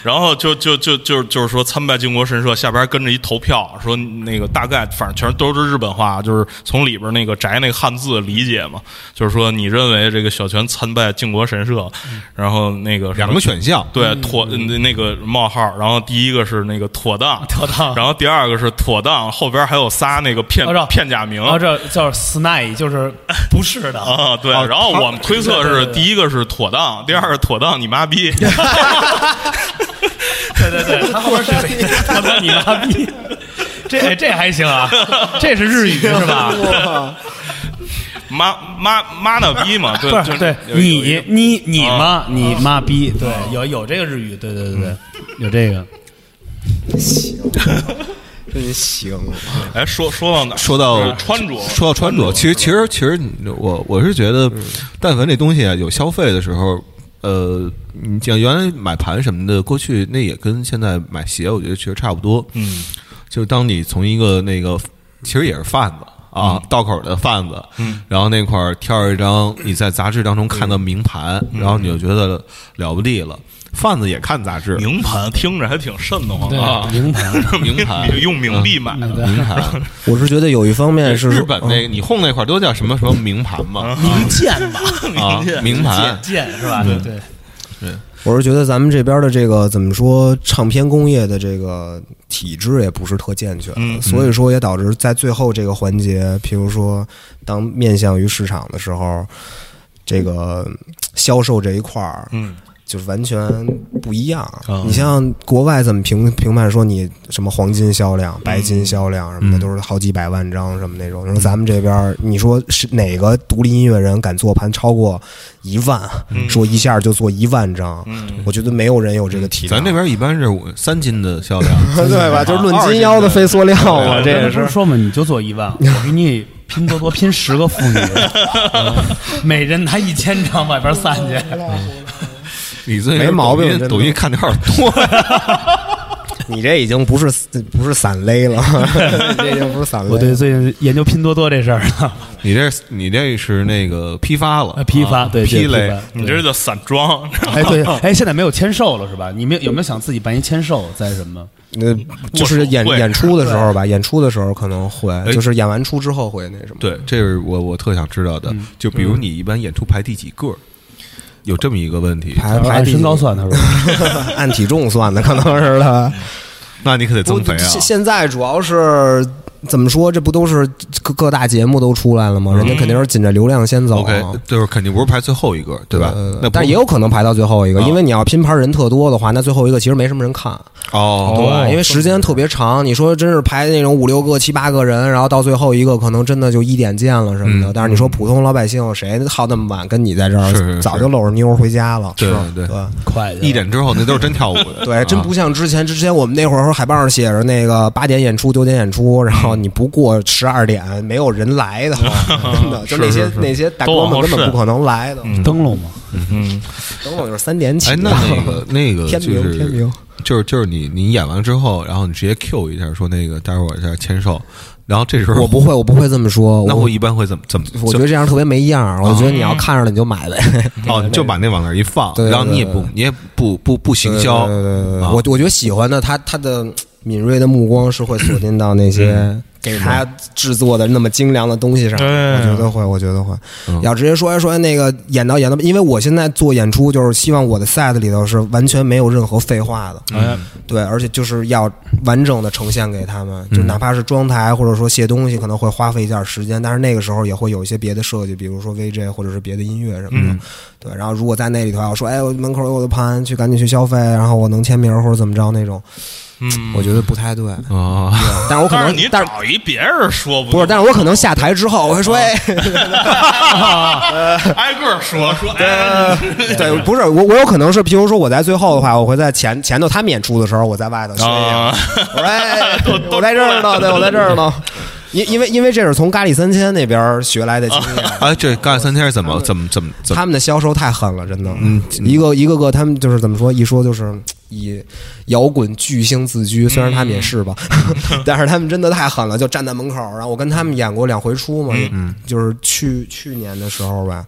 Speaker 2: 然后就就就就就是说参拜靖国神社，下边跟着一投票，说那个大概反正全都是日本话，就是从里边那个摘那个汉字理解嘛，就是说你认为这个小泉参拜靖国神社，然后那个什么
Speaker 1: 两个选项，
Speaker 2: 对妥那那个冒号，然后第一个是那个妥当，
Speaker 5: 嗯妥当哦
Speaker 2: 然后第二个是妥当，后边还有仨那个片
Speaker 5: 我知道
Speaker 2: 片假名，
Speaker 5: 然后这叫 sny，就是不是的，
Speaker 2: 啊，对，
Speaker 1: 哦
Speaker 2: 然后
Speaker 1: 他
Speaker 2: 我们推测是
Speaker 5: 对对对对
Speaker 2: 第一个是妥当，第二个妥当你 妈逼，
Speaker 5: 对对对，他后边是谁？他说你妈逼，这哎这还行啊，这是日语是吧？
Speaker 4: 哇，
Speaker 2: 妈妈妈那逼嘛，对
Speaker 5: 不，
Speaker 2: 就是
Speaker 5: 对
Speaker 2: 有有一
Speaker 5: 你
Speaker 2: 个
Speaker 5: 你你妈你妈逼，啊对，有有这个日语，对对对对，有这个，
Speaker 4: 真行，
Speaker 2: 哎，说说到哪儿？
Speaker 1: 说到
Speaker 2: 就是穿着，嗯
Speaker 1: 说到穿着，其实其实其实你我我是觉得，但凡这东西啊有消费的时候，呃，你像原来买盘什么的，过去那也跟现在买鞋，我觉得其实差不多。
Speaker 2: 嗯，
Speaker 1: 就当你从一个那个其实也是贩子啊，道口的贩子，
Speaker 2: 嗯，
Speaker 1: 然后那块儿挑一张你在杂志当中看到名盘，
Speaker 2: 嗯
Speaker 1: 然后你就觉得了不地了。贩子也看杂志，
Speaker 2: 名盘听着还挺瘆得慌啊，
Speaker 5: 名 牌，
Speaker 1: 名 盘
Speaker 2: 用冥币买的，
Speaker 1: 名盘，
Speaker 4: 我是觉得有一方面哎是嗯
Speaker 1: 日本那个你哄那块儿都叫什么什么名盘嘛，
Speaker 5: 名剑吧，
Speaker 1: 啊，名盘，
Speaker 5: 剑是吧？对对，
Speaker 4: 我是觉得咱们这边的这个怎么说，唱片工业的这个体制也不是特健全，
Speaker 2: 嗯
Speaker 4: 所以说也导致在最后这个环节，譬如说当面向于市场的时候，这个嗯销售这一块儿，
Speaker 2: 嗯，
Speaker 4: 就是完全不一样。
Speaker 1: 啊
Speaker 4: 你像国外怎么评评判说你什么黄金销量、白金销量什么
Speaker 1: 嗯
Speaker 4: 的，都是好几百万张什么那种。你说咱们这边儿，你说是哪个独立音乐人敢做盘超过一万？
Speaker 1: 嗯
Speaker 4: 说一下就做一万张，我觉得没有人有这个体量。
Speaker 1: 咱这嗯边一般是五三斤的销 量，
Speaker 4: 对吧？就是论斤腰的非塑料嘛，这也
Speaker 5: 不
Speaker 4: 是
Speaker 5: 是。说嘛，你就做一万，我给你拼多多拼十个妇 女，嗯每人拿一千张外边散去，
Speaker 1: 你最近
Speaker 4: 没毛
Speaker 1: 抖
Speaker 4: 病
Speaker 1: 音
Speaker 4: 真的
Speaker 1: 抖音看的有点 多，
Speaker 4: 你这已经不是不是散勒 了，你这已经不是散勒。
Speaker 5: 我对最近研究拼多多这事儿 了，
Speaker 1: 你这你这是那个批发了，
Speaker 5: 啊
Speaker 1: 啊
Speaker 5: 批发对
Speaker 1: 批嘞，
Speaker 2: 你这叫散装，
Speaker 5: 哎对，哎现在没有签售了是吧？你们有没有想自己办一签售在什么？
Speaker 4: 那就是演
Speaker 2: 握手会
Speaker 4: 演出的时候吧，演出的时候可能会
Speaker 1: 啊哎，
Speaker 4: 就是演完出之后会那什么。
Speaker 1: 对，这是我我特想知道
Speaker 4: 嗯
Speaker 1: 的。就比如你一般演出排第几个，有这么一个问题，
Speaker 4: 排排
Speaker 5: 按
Speaker 4: 第
Speaker 5: 身高
Speaker 4: 几
Speaker 5: 算，他说。
Speaker 4: 按体重算的，可能 是他。
Speaker 1: 那你可得增肥啊
Speaker 4: 现！现在主要是怎么说？这不都是各各大节目都出来了吗？人家肯定是紧着流量先走啊。
Speaker 1: 嗯 OK，就是肯定不是排最后一个，对吧
Speaker 4: 呃？
Speaker 1: 那不
Speaker 4: 但也有可能排到最后一个，
Speaker 1: 啊
Speaker 4: 因为你要拼盘人特多的话，那最后一个其实没什么人看，对
Speaker 1: 哦，
Speaker 4: 吧，因为时间特别长。你说真是排那种五六个、七八个人，然后到最后一个可能真的就一点见了什么的。
Speaker 1: 嗯
Speaker 4: 但是你说普通老百姓谁耗那么晚跟你在这儿，
Speaker 1: 是是是
Speaker 4: 早就搂着妞儿回家了。
Speaker 1: 对
Speaker 4: 是
Speaker 1: 对
Speaker 4: 对。
Speaker 5: 快
Speaker 1: 一点之后那都是真跳舞的，
Speaker 4: 对，真
Speaker 1: 啊
Speaker 4: 不像之前，之前我们那会儿海报上写着那个八点演出、九点演出，
Speaker 1: 嗯
Speaker 4: 然后你不过十二点，没有人来的， 真的，就那些
Speaker 1: 是是
Speaker 4: 那些大哥们根本不可能来的。
Speaker 5: 灯笼嘛，
Speaker 2: 嗯，
Speaker 4: 等我就是三点起，
Speaker 1: 哎 哎，那那个那个
Speaker 4: 天
Speaker 1: 就
Speaker 4: 明天
Speaker 1: 是
Speaker 4: 明，
Speaker 1: 就是就是你你演完之后，然后你直接 Q 一下说那个待会儿我在这儿签售，然后这时候
Speaker 4: 我不会，我不会这么说。
Speaker 1: 那
Speaker 4: 我
Speaker 1: 我一般会啊怎么怎么？
Speaker 4: 我觉得这样特别没样儿。我觉得你要看上了你就买呗。
Speaker 1: 哦，你就把那往那儿一放，
Speaker 4: 对对对
Speaker 1: 然后你也不你也不不不行销，
Speaker 4: 对对对对
Speaker 1: 啊
Speaker 4: 我我觉得喜欢的他他的敏锐的目光是会锁定到那些给他制作的那么精良的东西上。
Speaker 2: 对
Speaker 4: 我觉得会，我觉得会
Speaker 1: 嗯。
Speaker 4: 要直接说说那个演到演到，因为我现在做演出就是希望我的 set 里头是完全没有任何废话的。
Speaker 2: 哎，
Speaker 4: 对，而且就是要完整的呈现给他们，
Speaker 2: 嗯
Speaker 4: 就哪怕是装台或者说卸东西，可能会花费一点时间，但是那个时候也会有一些别的设计，比如说 VJ 或者是别的音乐什么
Speaker 2: 嗯
Speaker 4: 的。对，然后如果在那里头要说，哎，我门口有我的盘，去赶紧去消费，然后我能签名或者怎么着那种，
Speaker 2: 嗯，
Speaker 4: 我觉得不太对。
Speaker 1: 啊，
Speaker 4: 但是我可
Speaker 2: 但是
Speaker 4: 能
Speaker 2: 你，
Speaker 4: 但是
Speaker 2: 找一别人说不
Speaker 4: 不是，但是我可能下台之后，我会说，哎，
Speaker 2: 嗯是挨个儿说说，哎，
Speaker 4: 对，不是我，我有可能是，比如说我在最后的话，我会在前前头他们演出的时候，我在外头。
Speaker 2: 啊，
Speaker 4: 我说哎，我在这儿呢，对，我在这儿呢。因因为因为这是从咖喱三千那边儿学来的经验，
Speaker 1: 哎，这干三天是怎么怎么怎么怎么？
Speaker 4: 他们的销售太狠了，真的。
Speaker 1: 嗯
Speaker 4: 一个一个个，他们就是怎么说？一说就是嗯以摇滚巨星自居，虽然他们也是吧， 但是他们真的太狠了，就站在门口。然后我跟他们演过两回出嘛，就是去去年的时候吧，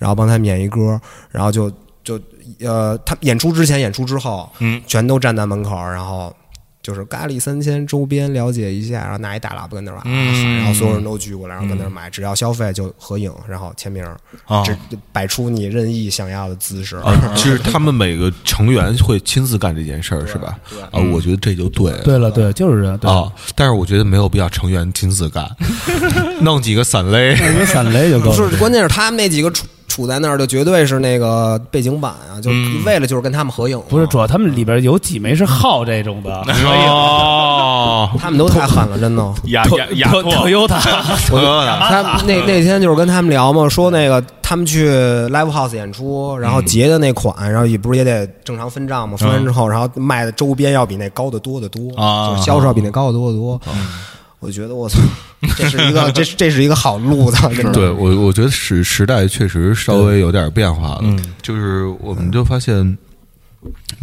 Speaker 4: 然后帮他们演一歌，然后就就呃，他演出之前、演出之后，
Speaker 2: 嗯，
Speaker 4: 全都站在门口，然后。就是咖喱三千周边了解一下，然后拿一大喇叭跟那儿啊，
Speaker 2: 嗯
Speaker 4: 然后所有人都聚过来，然后跟那儿买，只要消费就合影，然后签名，
Speaker 2: 啊
Speaker 4: 这摆出你任意想要的姿势。
Speaker 1: 啊，就是他们每个成员会亲自干这件事儿，是吧？啊，我觉得这就对了
Speaker 5: 对了，对，就是这样，对，
Speaker 1: 啊，但是我觉得没有必要成员亲自干， 弄几个散雷，
Speaker 5: 一个闪雷就够
Speaker 4: 不是
Speaker 5: 了，。
Speaker 4: 关键是他们那几个处处在那儿，就绝对是那个背景板啊，就为了就是跟他们合影嘛。
Speaker 5: 不是，主要他们里边有几枚是好这种 的，
Speaker 2: 哎
Speaker 5: 哎
Speaker 2: 哦，
Speaker 4: 他们都太狠了，真的。
Speaker 2: 雅雅雅
Speaker 5: 特特
Speaker 2: 拓，
Speaker 5: 优塔，
Speaker 4: 他那那天就是跟他们聊嘛，说那个他们去 live house 演出，然后结的那款，然后也不是也得正常分账嘛，分完之后，然后卖的周边要比那高的多得多，
Speaker 2: 啊
Speaker 4: 就是销售要比那高得多得多。我觉得我操，这是一个这是这是一个好路子，真的
Speaker 1: 对我，我觉得时时代确实稍微有点变化了，
Speaker 2: 嗯
Speaker 1: 就是我们就发现，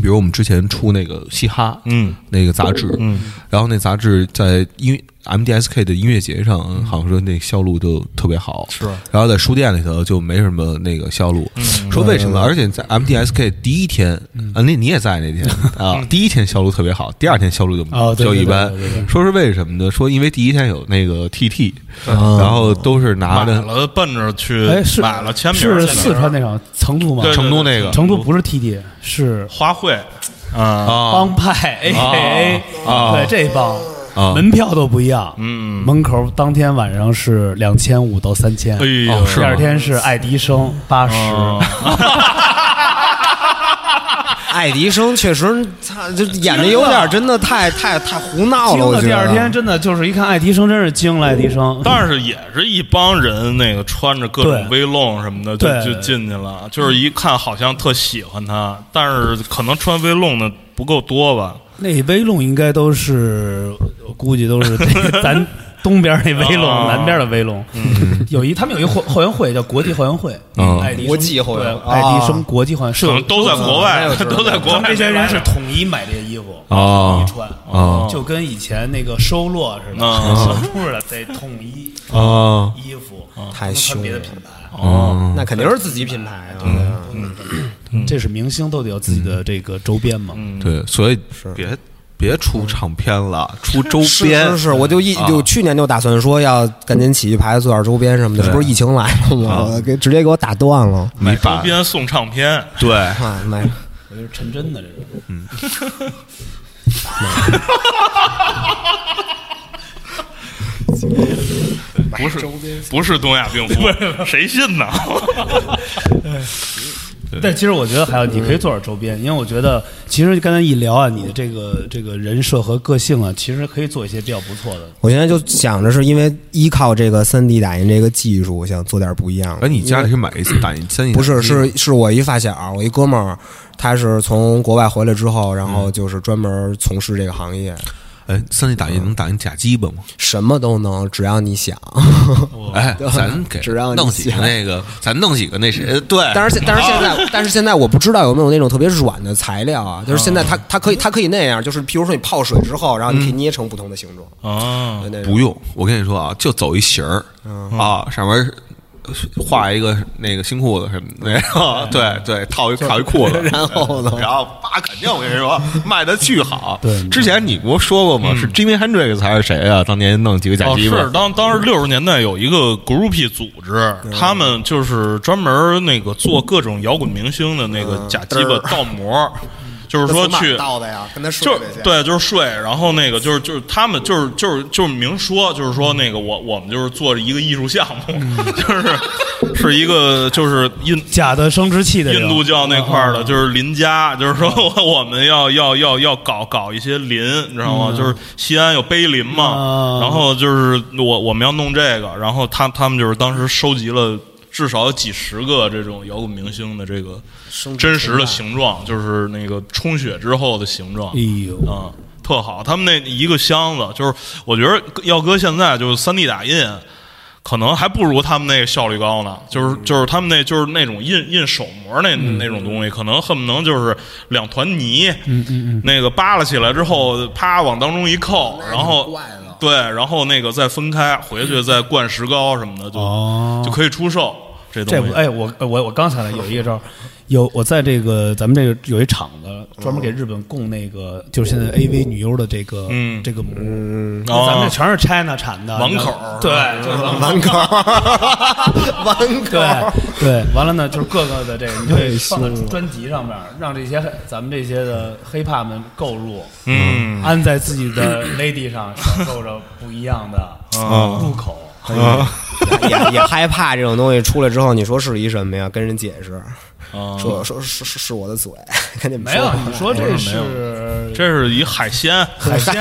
Speaker 1: 比如我们之前出那个嘻哈，
Speaker 2: 嗯
Speaker 1: 那个杂志，
Speaker 2: 嗯，
Speaker 1: 然后那杂志在音乐 MDSK 的音乐节上，好像说那销路就特别好，
Speaker 2: 是
Speaker 1: 然后在书店里头就没什么那个销路，说为什么？而且在 MDSK 第一天啊，那你也在那天啊，第一天销路特别好，第二天销路就、
Speaker 5: 哦对
Speaker 1: 就
Speaker 5: 对
Speaker 1: 一般
Speaker 5: 对对对。
Speaker 1: 说是为什么呢？说因为第一天有那个 TT，然后都是拿
Speaker 2: 买
Speaker 1: 着
Speaker 2: 了奔着去
Speaker 5: 哎，是
Speaker 2: 买了签名，
Speaker 5: 是
Speaker 2: 签名
Speaker 5: 四川那场成都吗？
Speaker 2: 对
Speaker 1: 成都那个
Speaker 5: 成都不是 TD，是
Speaker 2: 花卉啊，
Speaker 1: 啊
Speaker 5: 帮派 A K
Speaker 1: 啊
Speaker 5: A，对这帮
Speaker 1: 啊
Speaker 5: 门票都不一样，
Speaker 2: 嗯，
Speaker 5: 门口当天晚上是两千五到三千
Speaker 2: 哎，呦，哦
Speaker 1: 哦是
Speaker 5: 第
Speaker 1: 吗
Speaker 5: 二天是爱迪生八十，
Speaker 4: 爱迪生确实，他就演的有点真的太太太胡闹了。
Speaker 5: 惊
Speaker 4: 我
Speaker 5: 了！
Speaker 4: 觉得嗯
Speaker 5: 第二天真的就是一看爱迪生，真是惊了，爱迪生。
Speaker 2: 但是也是一帮人，那个穿着各种
Speaker 5: 对
Speaker 2: 微弄什么的，就
Speaker 5: 对
Speaker 2: 就进去了。就是一看好像特喜欢他，但是可能穿微弄的不够多吧。
Speaker 5: 那威龙应该都是，我估计 都是咱东边那威龙，
Speaker 2: 哦
Speaker 5: 南边的威龙。
Speaker 2: 嗯
Speaker 5: 有一他们有一后后援会叫国际后援会
Speaker 1: 嗯，
Speaker 5: 爱迪生
Speaker 4: 国际后援
Speaker 5: 对
Speaker 4: 哦
Speaker 5: 爱迪生国际后援是
Speaker 2: 可
Speaker 5: 有
Speaker 2: 能都在国外， 都在国
Speaker 5: 他们
Speaker 2: 外。
Speaker 5: 这些人是统一买这些衣服，
Speaker 2: 啊
Speaker 1: 哦
Speaker 5: 统一穿，
Speaker 1: 哦
Speaker 5: 就跟以前那个收落似的，
Speaker 2: 哦
Speaker 5: 小猪似的，得统一
Speaker 1: 啊
Speaker 5: 衣服，
Speaker 4: 太
Speaker 5: 不能
Speaker 4: 凶
Speaker 5: 穿
Speaker 4: 了
Speaker 5: 别的品牌。
Speaker 1: 啊
Speaker 4: 那肯定是自己品牌啊。
Speaker 2: 嗯
Speaker 5: 这是明星都得有自己的这个周边嘛。
Speaker 1: 对，所以别别出唱片了，出周
Speaker 4: 是
Speaker 1: 边嗯啊
Speaker 4: 是是，我就一就去年就打算说要赶紧起一牌子做点周边什么的，这不是疫情来了吗？
Speaker 1: 啊
Speaker 4: 我给直接给我打断了。
Speaker 1: 你
Speaker 2: 周
Speaker 1: 把
Speaker 2: 边送唱片，
Speaker 1: 对
Speaker 4: 哎妈呀，
Speaker 5: 我觉得陈真的这种，
Speaker 2: 不是不是东亚 病夫，谁信呢？
Speaker 5: 但其实我觉得还有，你可以做点周边，因为我觉得其实刚才一聊啊，你的这个这个人设和个性啊，其实可以做一些比较不错的。
Speaker 4: 我现在就想着是因为依靠这个三 D 打印这个技术，我想做点不一样的。
Speaker 1: 哎，你家里是买一次打印三印
Speaker 4: 不是，是是我一发小，我一哥们
Speaker 1: 嗯
Speaker 4: 儿，他是从国外回来之后，然后就是专门从事这个行业。
Speaker 1: 哎，三 D 打印能打印假鸡巴吗？
Speaker 4: 什么都能，只要你想。
Speaker 1: 哎，咱给
Speaker 4: 只要你
Speaker 1: 弄几个
Speaker 4: 想
Speaker 1: 那个，咱弄几个那谁， 对，
Speaker 4: 但是现但是现 在，但是现在我不知道有没有那种特别软的材料啊，就是现在
Speaker 2: 嗯
Speaker 4: 它它可以它可以那样，就是譬如说你泡水之后，然后你可以捏成不同的形状。
Speaker 2: 啊
Speaker 4: 对那种
Speaker 1: 不用，我跟你说啊，就走一形儿、
Speaker 4: 嗯
Speaker 1: 啊，上面儿画一个那个新裤子什么的，然 后对对，套一套一裤子，然后 呢，然后叭，肯定我跟你说卖的巨 好。
Speaker 5: 对
Speaker 1: 之前你不说过吗？是 Jimmy Hendrix 还是谁啊？当年弄几个假
Speaker 2: 哦，
Speaker 1: 鸡巴、
Speaker 2: 是当当时六十年代有一个 groupie 组织，他们就是专门那个做各种摇滚明星的那个
Speaker 5: 嗯
Speaker 2: 假鸡巴倒模，就是说
Speaker 4: 从哪儿
Speaker 2: 去
Speaker 4: 倒的呀，跟他说
Speaker 2: 就
Speaker 4: 这些。
Speaker 2: 对，就是睡，然后那个就是就是他们就是就是就是明说，就是说那个我我们就是做一个艺术项目， 就是是一个就是印
Speaker 5: 假的生殖器的人
Speaker 2: 印度教那块儿的，就是林家，就是说我们要要要要搞搞一些林，你知道吗？就是西安有碑林嘛
Speaker 5: 啊，
Speaker 2: 然后就是我我们要弄这个，然后他他们就是当时收集了。至少有几十个这种摇滚明星的这个
Speaker 4: 生殖
Speaker 2: 真实的
Speaker 4: 崇拜
Speaker 2: 形状，就是那个充血之后的形状。
Speaker 5: 哎呦，
Speaker 2: 嗯，特好。他们那一个箱子，就是我觉得要搁现在就是三 D 打印，可能还不如他们那个效率高呢。就是就是他们那就是那种印印手模那、那种东西，可能恨不能就是两团泥，嗯嗯嗯，那个扒拉起来之后，啪往当中一扣，然后
Speaker 4: 怪了
Speaker 2: 对，然后那个再分开，回去再灌石膏什么的，就、
Speaker 5: 哦
Speaker 2: 就可以出售这
Speaker 5: 这
Speaker 2: 东西。
Speaker 5: 不哎，我我我刚想来有一个招儿，有我在这个咱们这个有一厂子专门给日本供那个就是现在 AV 女优的这个
Speaker 2: 嗯
Speaker 5: 这个模，
Speaker 2: 哦
Speaker 5: 咱们这全是 China 产的，
Speaker 2: 网口
Speaker 5: 然后对，就是网口
Speaker 4: 弯口，弯口。
Speaker 5: 对对，完了呢，就是各个的这个，你就得放在专辑上面，让这些咱们这些的 hiphop 们购入，
Speaker 2: 嗯，
Speaker 5: 安在自己的 lady 上，享受着不一样的入口。
Speaker 4: 嗯哎
Speaker 2: 嗯
Speaker 4: 也也害怕这种东西出来之后，你说是一什么呀？跟人解释，
Speaker 2: 啊
Speaker 4: 说说是是是我的嘴，跟你们
Speaker 5: 没有，你说这
Speaker 2: 没有
Speaker 5: 是
Speaker 2: 这是一海鲜，
Speaker 5: 海鲜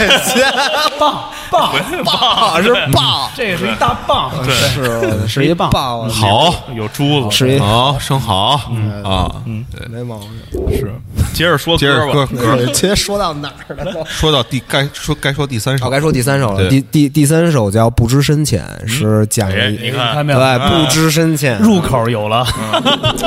Speaker 5: 棒棒，
Speaker 4: 爆 是 爆，
Speaker 5: 这是一大棒，
Speaker 4: 是是一爆，
Speaker 1: 好，
Speaker 2: 有珠子，
Speaker 4: 哦是一
Speaker 1: 好生蚝、
Speaker 4: 嗯
Speaker 1: 啊，对。
Speaker 4: 没毛病。
Speaker 2: 接着说
Speaker 1: 接着
Speaker 2: 歌吧
Speaker 1: 歌。 歌，
Speaker 4: 其实说到哪儿了？
Speaker 1: 说到第该说该说第三
Speaker 4: 我
Speaker 1: 首，
Speaker 4: 哦该说第三首了，
Speaker 1: 对
Speaker 4: 第第第三首叫《不知深浅》，是讲
Speaker 2: 哎，
Speaker 4: 一
Speaker 2: 你
Speaker 5: 你
Speaker 2: 看
Speaker 5: 看，没有？
Speaker 4: 对不知深浅，
Speaker 5: 入口有了，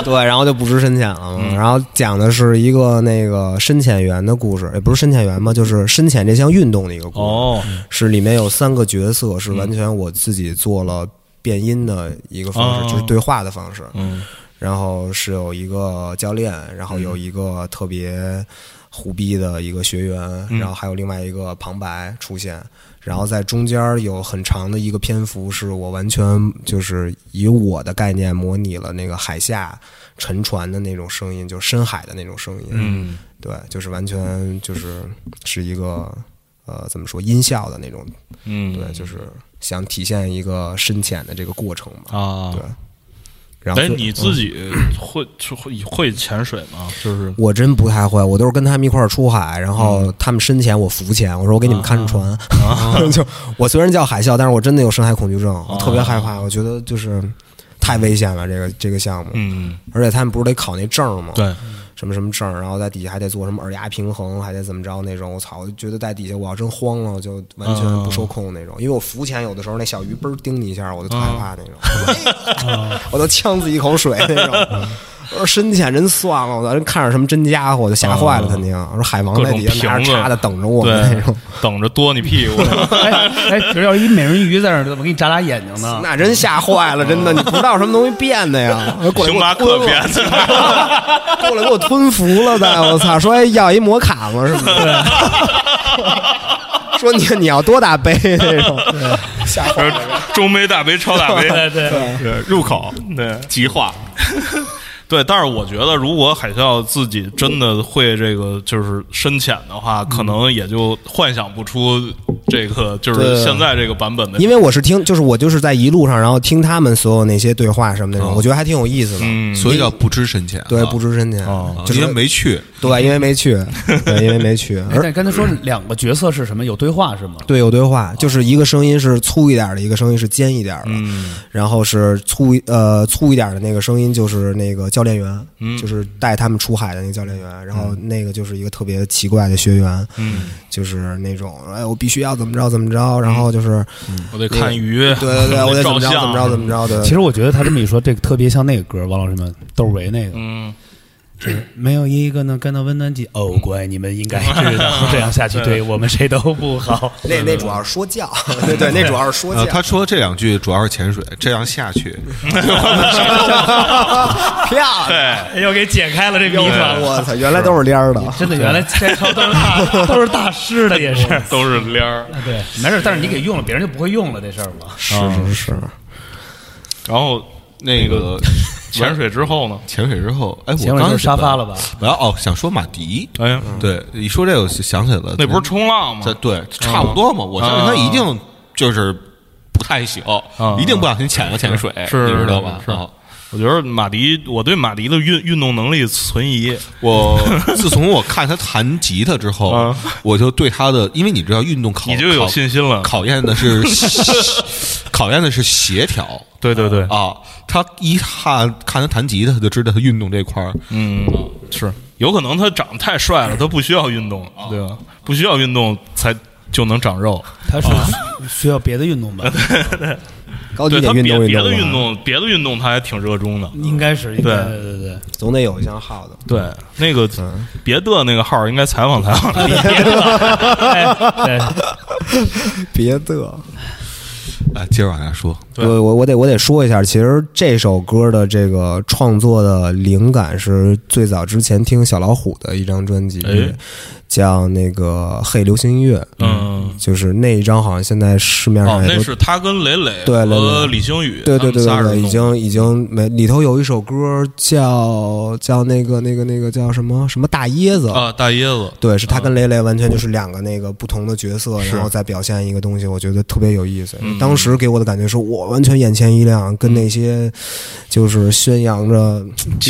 Speaker 4: 对，然后就不知深浅了。
Speaker 2: 嗯
Speaker 4: 然后讲的是一个那个深潜员的故事，也不是深潜员吧，就是深潜这项运动的一个故事。
Speaker 2: 哦，
Speaker 4: 是里面有三个角色
Speaker 2: 嗯
Speaker 4: 是完全我自己做了变音的一个方式，
Speaker 2: 哦
Speaker 4: 就是对话的方式。
Speaker 2: 嗯，
Speaker 4: 然后是有一个教练，然后有一个特别虎逼的一个学员，
Speaker 2: 嗯
Speaker 4: 然后还有另外一个旁白出现，然后在中间儿有很长的一个篇幅，是我完全就是以我的概念模拟了那个海下沉船的那种声音，就是深海的那种声音。
Speaker 2: 嗯，
Speaker 4: 对，就是完全就是是一个呃怎么说音效的那种，
Speaker 2: 嗯，
Speaker 4: 对，就是想体现一个深浅的这个过程嘛。
Speaker 2: 啊
Speaker 4: 对。然后嗯
Speaker 2: 哎，
Speaker 4: 最
Speaker 2: 你自己会会会潜水吗？就是
Speaker 4: 我真不太会，我都是跟他们一块儿出海，然后
Speaker 2: 嗯
Speaker 4: 他们深潜，我浮潜。我说我给你们看着船，
Speaker 2: 啊
Speaker 4: 就我虽然叫海啸，但是我真的有深海恐惧症，
Speaker 2: 啊
Speaker 4: 我特别害怕。我觉得就是太危险了，这个这个项目，
Speaker 2: 嗯，
Speaker 4: 而且他们不是得考那证吗？，
Speaker 2: 对，
Speaker 4: 什么什么证，然后在底下还得做什么耳压平衡，还得怎么着那种。我操，我就觉得在底下我要真慌了，我就完
Speaker 2: 嗯
Speaker 4: 全不受控那种。因为我浮潜有的时候那小鱼嘣儿叮你一下，我就特害怕那 种，哎我都呛自己一口水那
Speaker 2: 嗯
Speaker 4: 种。我说深潜真算了，我操，人看着什么真家伙，我就吓坏了，肯定。我说海王
Speaker 2: 嗯各
Speaker 4: 在
Speaker 2: 种
Speaker 4: 底下拿
Speaker 2: 瓶
Speaker 4: 着
Speaker 2: 子
Speaker 4: 叉子等着我们那
Speaker 2: 对
Speaker 4: 种，，
Speaker 2: 等着多你屁股。
Speaker 5: 哎哎，比如要一美人鱼在那儿，我给你眨俩眼睛呢。
Speaker 4: 那真吓坏了，真的，你不知道什么东西变的 呀。我说哎过来
Speaker 2: 星巴
Speaker 4: 给我
Speaker 2: 克
Speaker 4: 吞
Speaker 2: 变
Speaker 4: 了，
Speaker 2: 的，
Speaker 4: 过来给我吞服了的，我操！说哎要一摩卡吗？是吗？说你你要多大 杯那种，吓坏了。
Speaker 2: 中杯、大杯、超大杯，
Speaker 5: 对对，
Speaker 2: 对，入口，对，
Speaker 1: 极化，
Speaker 2: 对，但是我觉得，如果海啸自己真的会这个就是深潜的话，
Speaker 4: 嗯
Speaker 2: 可能也就幻想不出这个就是
Speaker 4: 对
Speaker 2: 现在这个版本的。
Speaker 4: 因为我是听，就是我就是在一路上，然后听他们所有那些对话什么那种，我觉得还挺有意思的。
Speaker 2: 哦嗯，哦
Speaker 1: 所以叫不知深浅啊。
Speaker 4: 对，不知深浅，
Speaker 1: 啊
Speaker 4: 就
Speaker 1: 因为
Speaker 4: 是
Speaker 1: 没去，
Speaker 4: 对，因为没去，对，因为没 去，而
Speaker 5: 但刚才说两个角色是什么？有对话是吗？
Speaker 4: 对，有对话，就是一个声音是粗一点
Speaker 2: 嗯
Speaker 4: 儿的，一个声音是尖一点儿的，然后是粗一呃粗一点儿的那个声音就是那个教练员，
Speaker 2: 嗯
Speaker 4: 就是带他们出海的那个教练员。然后那个就是一个特别奇怪的学员，
Speaker 2: 嗯，
Speaker 4: 就是那种哎，我必须要怎么着怎么着，然后就是
Speaker 2: 我得看鱼，
Speaker 4: 对对对，我得怎么着
Speaker 2: 照相
Speaker 4: 怎么着怎么着的。
Speaker 5: 其实我觉得他这么一说，这个特别像那个歌，王老师们窦唯那个，
Speaker 2: 嗯，
Speaker 5: 没有一个能感到温暖及哦，乖，你们应该知道，这样下去 对我们谁都不好。
Speaker 4: 那那主要是说教， 对对，那主要是说
Speaker 1: 呃，
Speaker 4: 教。
Speaker 1: 他说这两句主要是潜水，这样下去，
Speaker 4: 嗯漂亮，
Speaker 5: 哎 又给解开了这谜团，我
Speaker 4: 我操，原来都是蔫儿的。
Speaker 5: 真的原来这都是大 都是大师的，也是
Speaker 2: 都是帘儿。
Speaker 5: 对，没事，但是你给用了，别人就不会用 了这事儿嘛。
Speaker 4: 是是是，
Speaker 2: 然后
Speaker 1: 那个
Speaker 2: 潜水之后呢？
Speaker 1: 潜水之后，哎，
Speaker 5: 前
Speaker 1: 我
Speaker 5: 面就
Speaker 1: 刚
Speaker 5: 是沙发了吧？
Speaker 1: 我要哦，想说马迪，
Speaker 2: 哎呀，
Speaker 1: 对，一说这个我就想起来了，
Speaker 2: 那不是冲浪吗嗯
Speaker 1: 在？对，差不多嘛。我相信他一定就是不太行，
Speaker 2: 啊
Speaker 1: 一定不小心潜了潜水，
Speaker 2: 是
Speaker 1: 你知道
Speaker 2: 是
Speaker 1: 吧？
Speaker 2: 是
Speaker 1: 啊
Speaker 2: 我觉得马迪，我对马迪的运运动能力存疑。
Speaker 1: 我自从我看他弹吉他之后
Speaker 2: 啊，
Speaker 1: 我就对他的，因为你知道运动考
Speaker 2: 你就有
Speaker 1: 考
Speaker 2: 信心了
Speaker 1: 考验的 是考验的是协调
Speaker 2: 对对对，
Speaker 1: 啊。他一看看他弹吉他，他就知道他运动这块儿
Speaker 2: 嗯，是有可能他长得太帅了，他不需要运动，
Speaker 4: 啊
Speaker 2: 对吧？不需要运动才就能长肉。
Speaker 5: 他是需要别的运 动吧？
Speaker 4: 高级
Speaker 2: 对
Speaker 4: 得
Speaker 2: 他
Speaker 4: 运
Speaker 2: 别
Speaker 4: 动
Speaker 2: 别
Speaker 4: 动啊
Speaker 2: 的运
Speaker 4: 吧，
Speaker 2: 动，别的运动他还挺热衷的。
Speaker 5: 应该是，应该对对对。
Speaker 4: 总得有一项好的。
Speaker 2: 对，那个
Speaker 4: 嗯
Speaker 2: 别的那个号儿应该采访采访他。
Speaker 5: 哎对
Speaker 4: 别的，
Speaker 1: 哎，接着往下说，
Speaker 2: 对
Speaker 4: 我我我得我得说一下，其实这首歌的这个创作的灵感是最早之前听小老虎的一张专辑
Speaker 2: 哎，
Speaker 4: 叫那个《嘿流行音乐》，
Speaker 2: 嗯，
Speaker 4: 就是那一张好像现在市面
Speaker 2: 哦
Speaker 4: 上，也
Speaker 2: 那
Speaker 4: 都
Speaker 2: 是他跟磊磊
Speaker 4: 嗯对磊磊
Speaker 2: 和李星宇，
Speaker 4: 对对对对
Speaker 2: 他们
Speaker 4: 对，
Speaker 2: 仨人
Speaker 4: 已
Speaker 2: 弄
Speaker 4: 经已经没里头有一首歌叫叫那个那个那个叫什么什么大椰子
Speaker 2: 啊大椰子，
Speaker 4: 对，是他
Speaker 1: 啊
Speaker 4: 跟雷雷完全就是两个那个不同的角色，然后再表现一个东西，我觉得特别有意思。
Speaker 2: 嗯
Speaker 4: 当时给我的感觉是我完全眼前一亮，跟那些就是宣扬着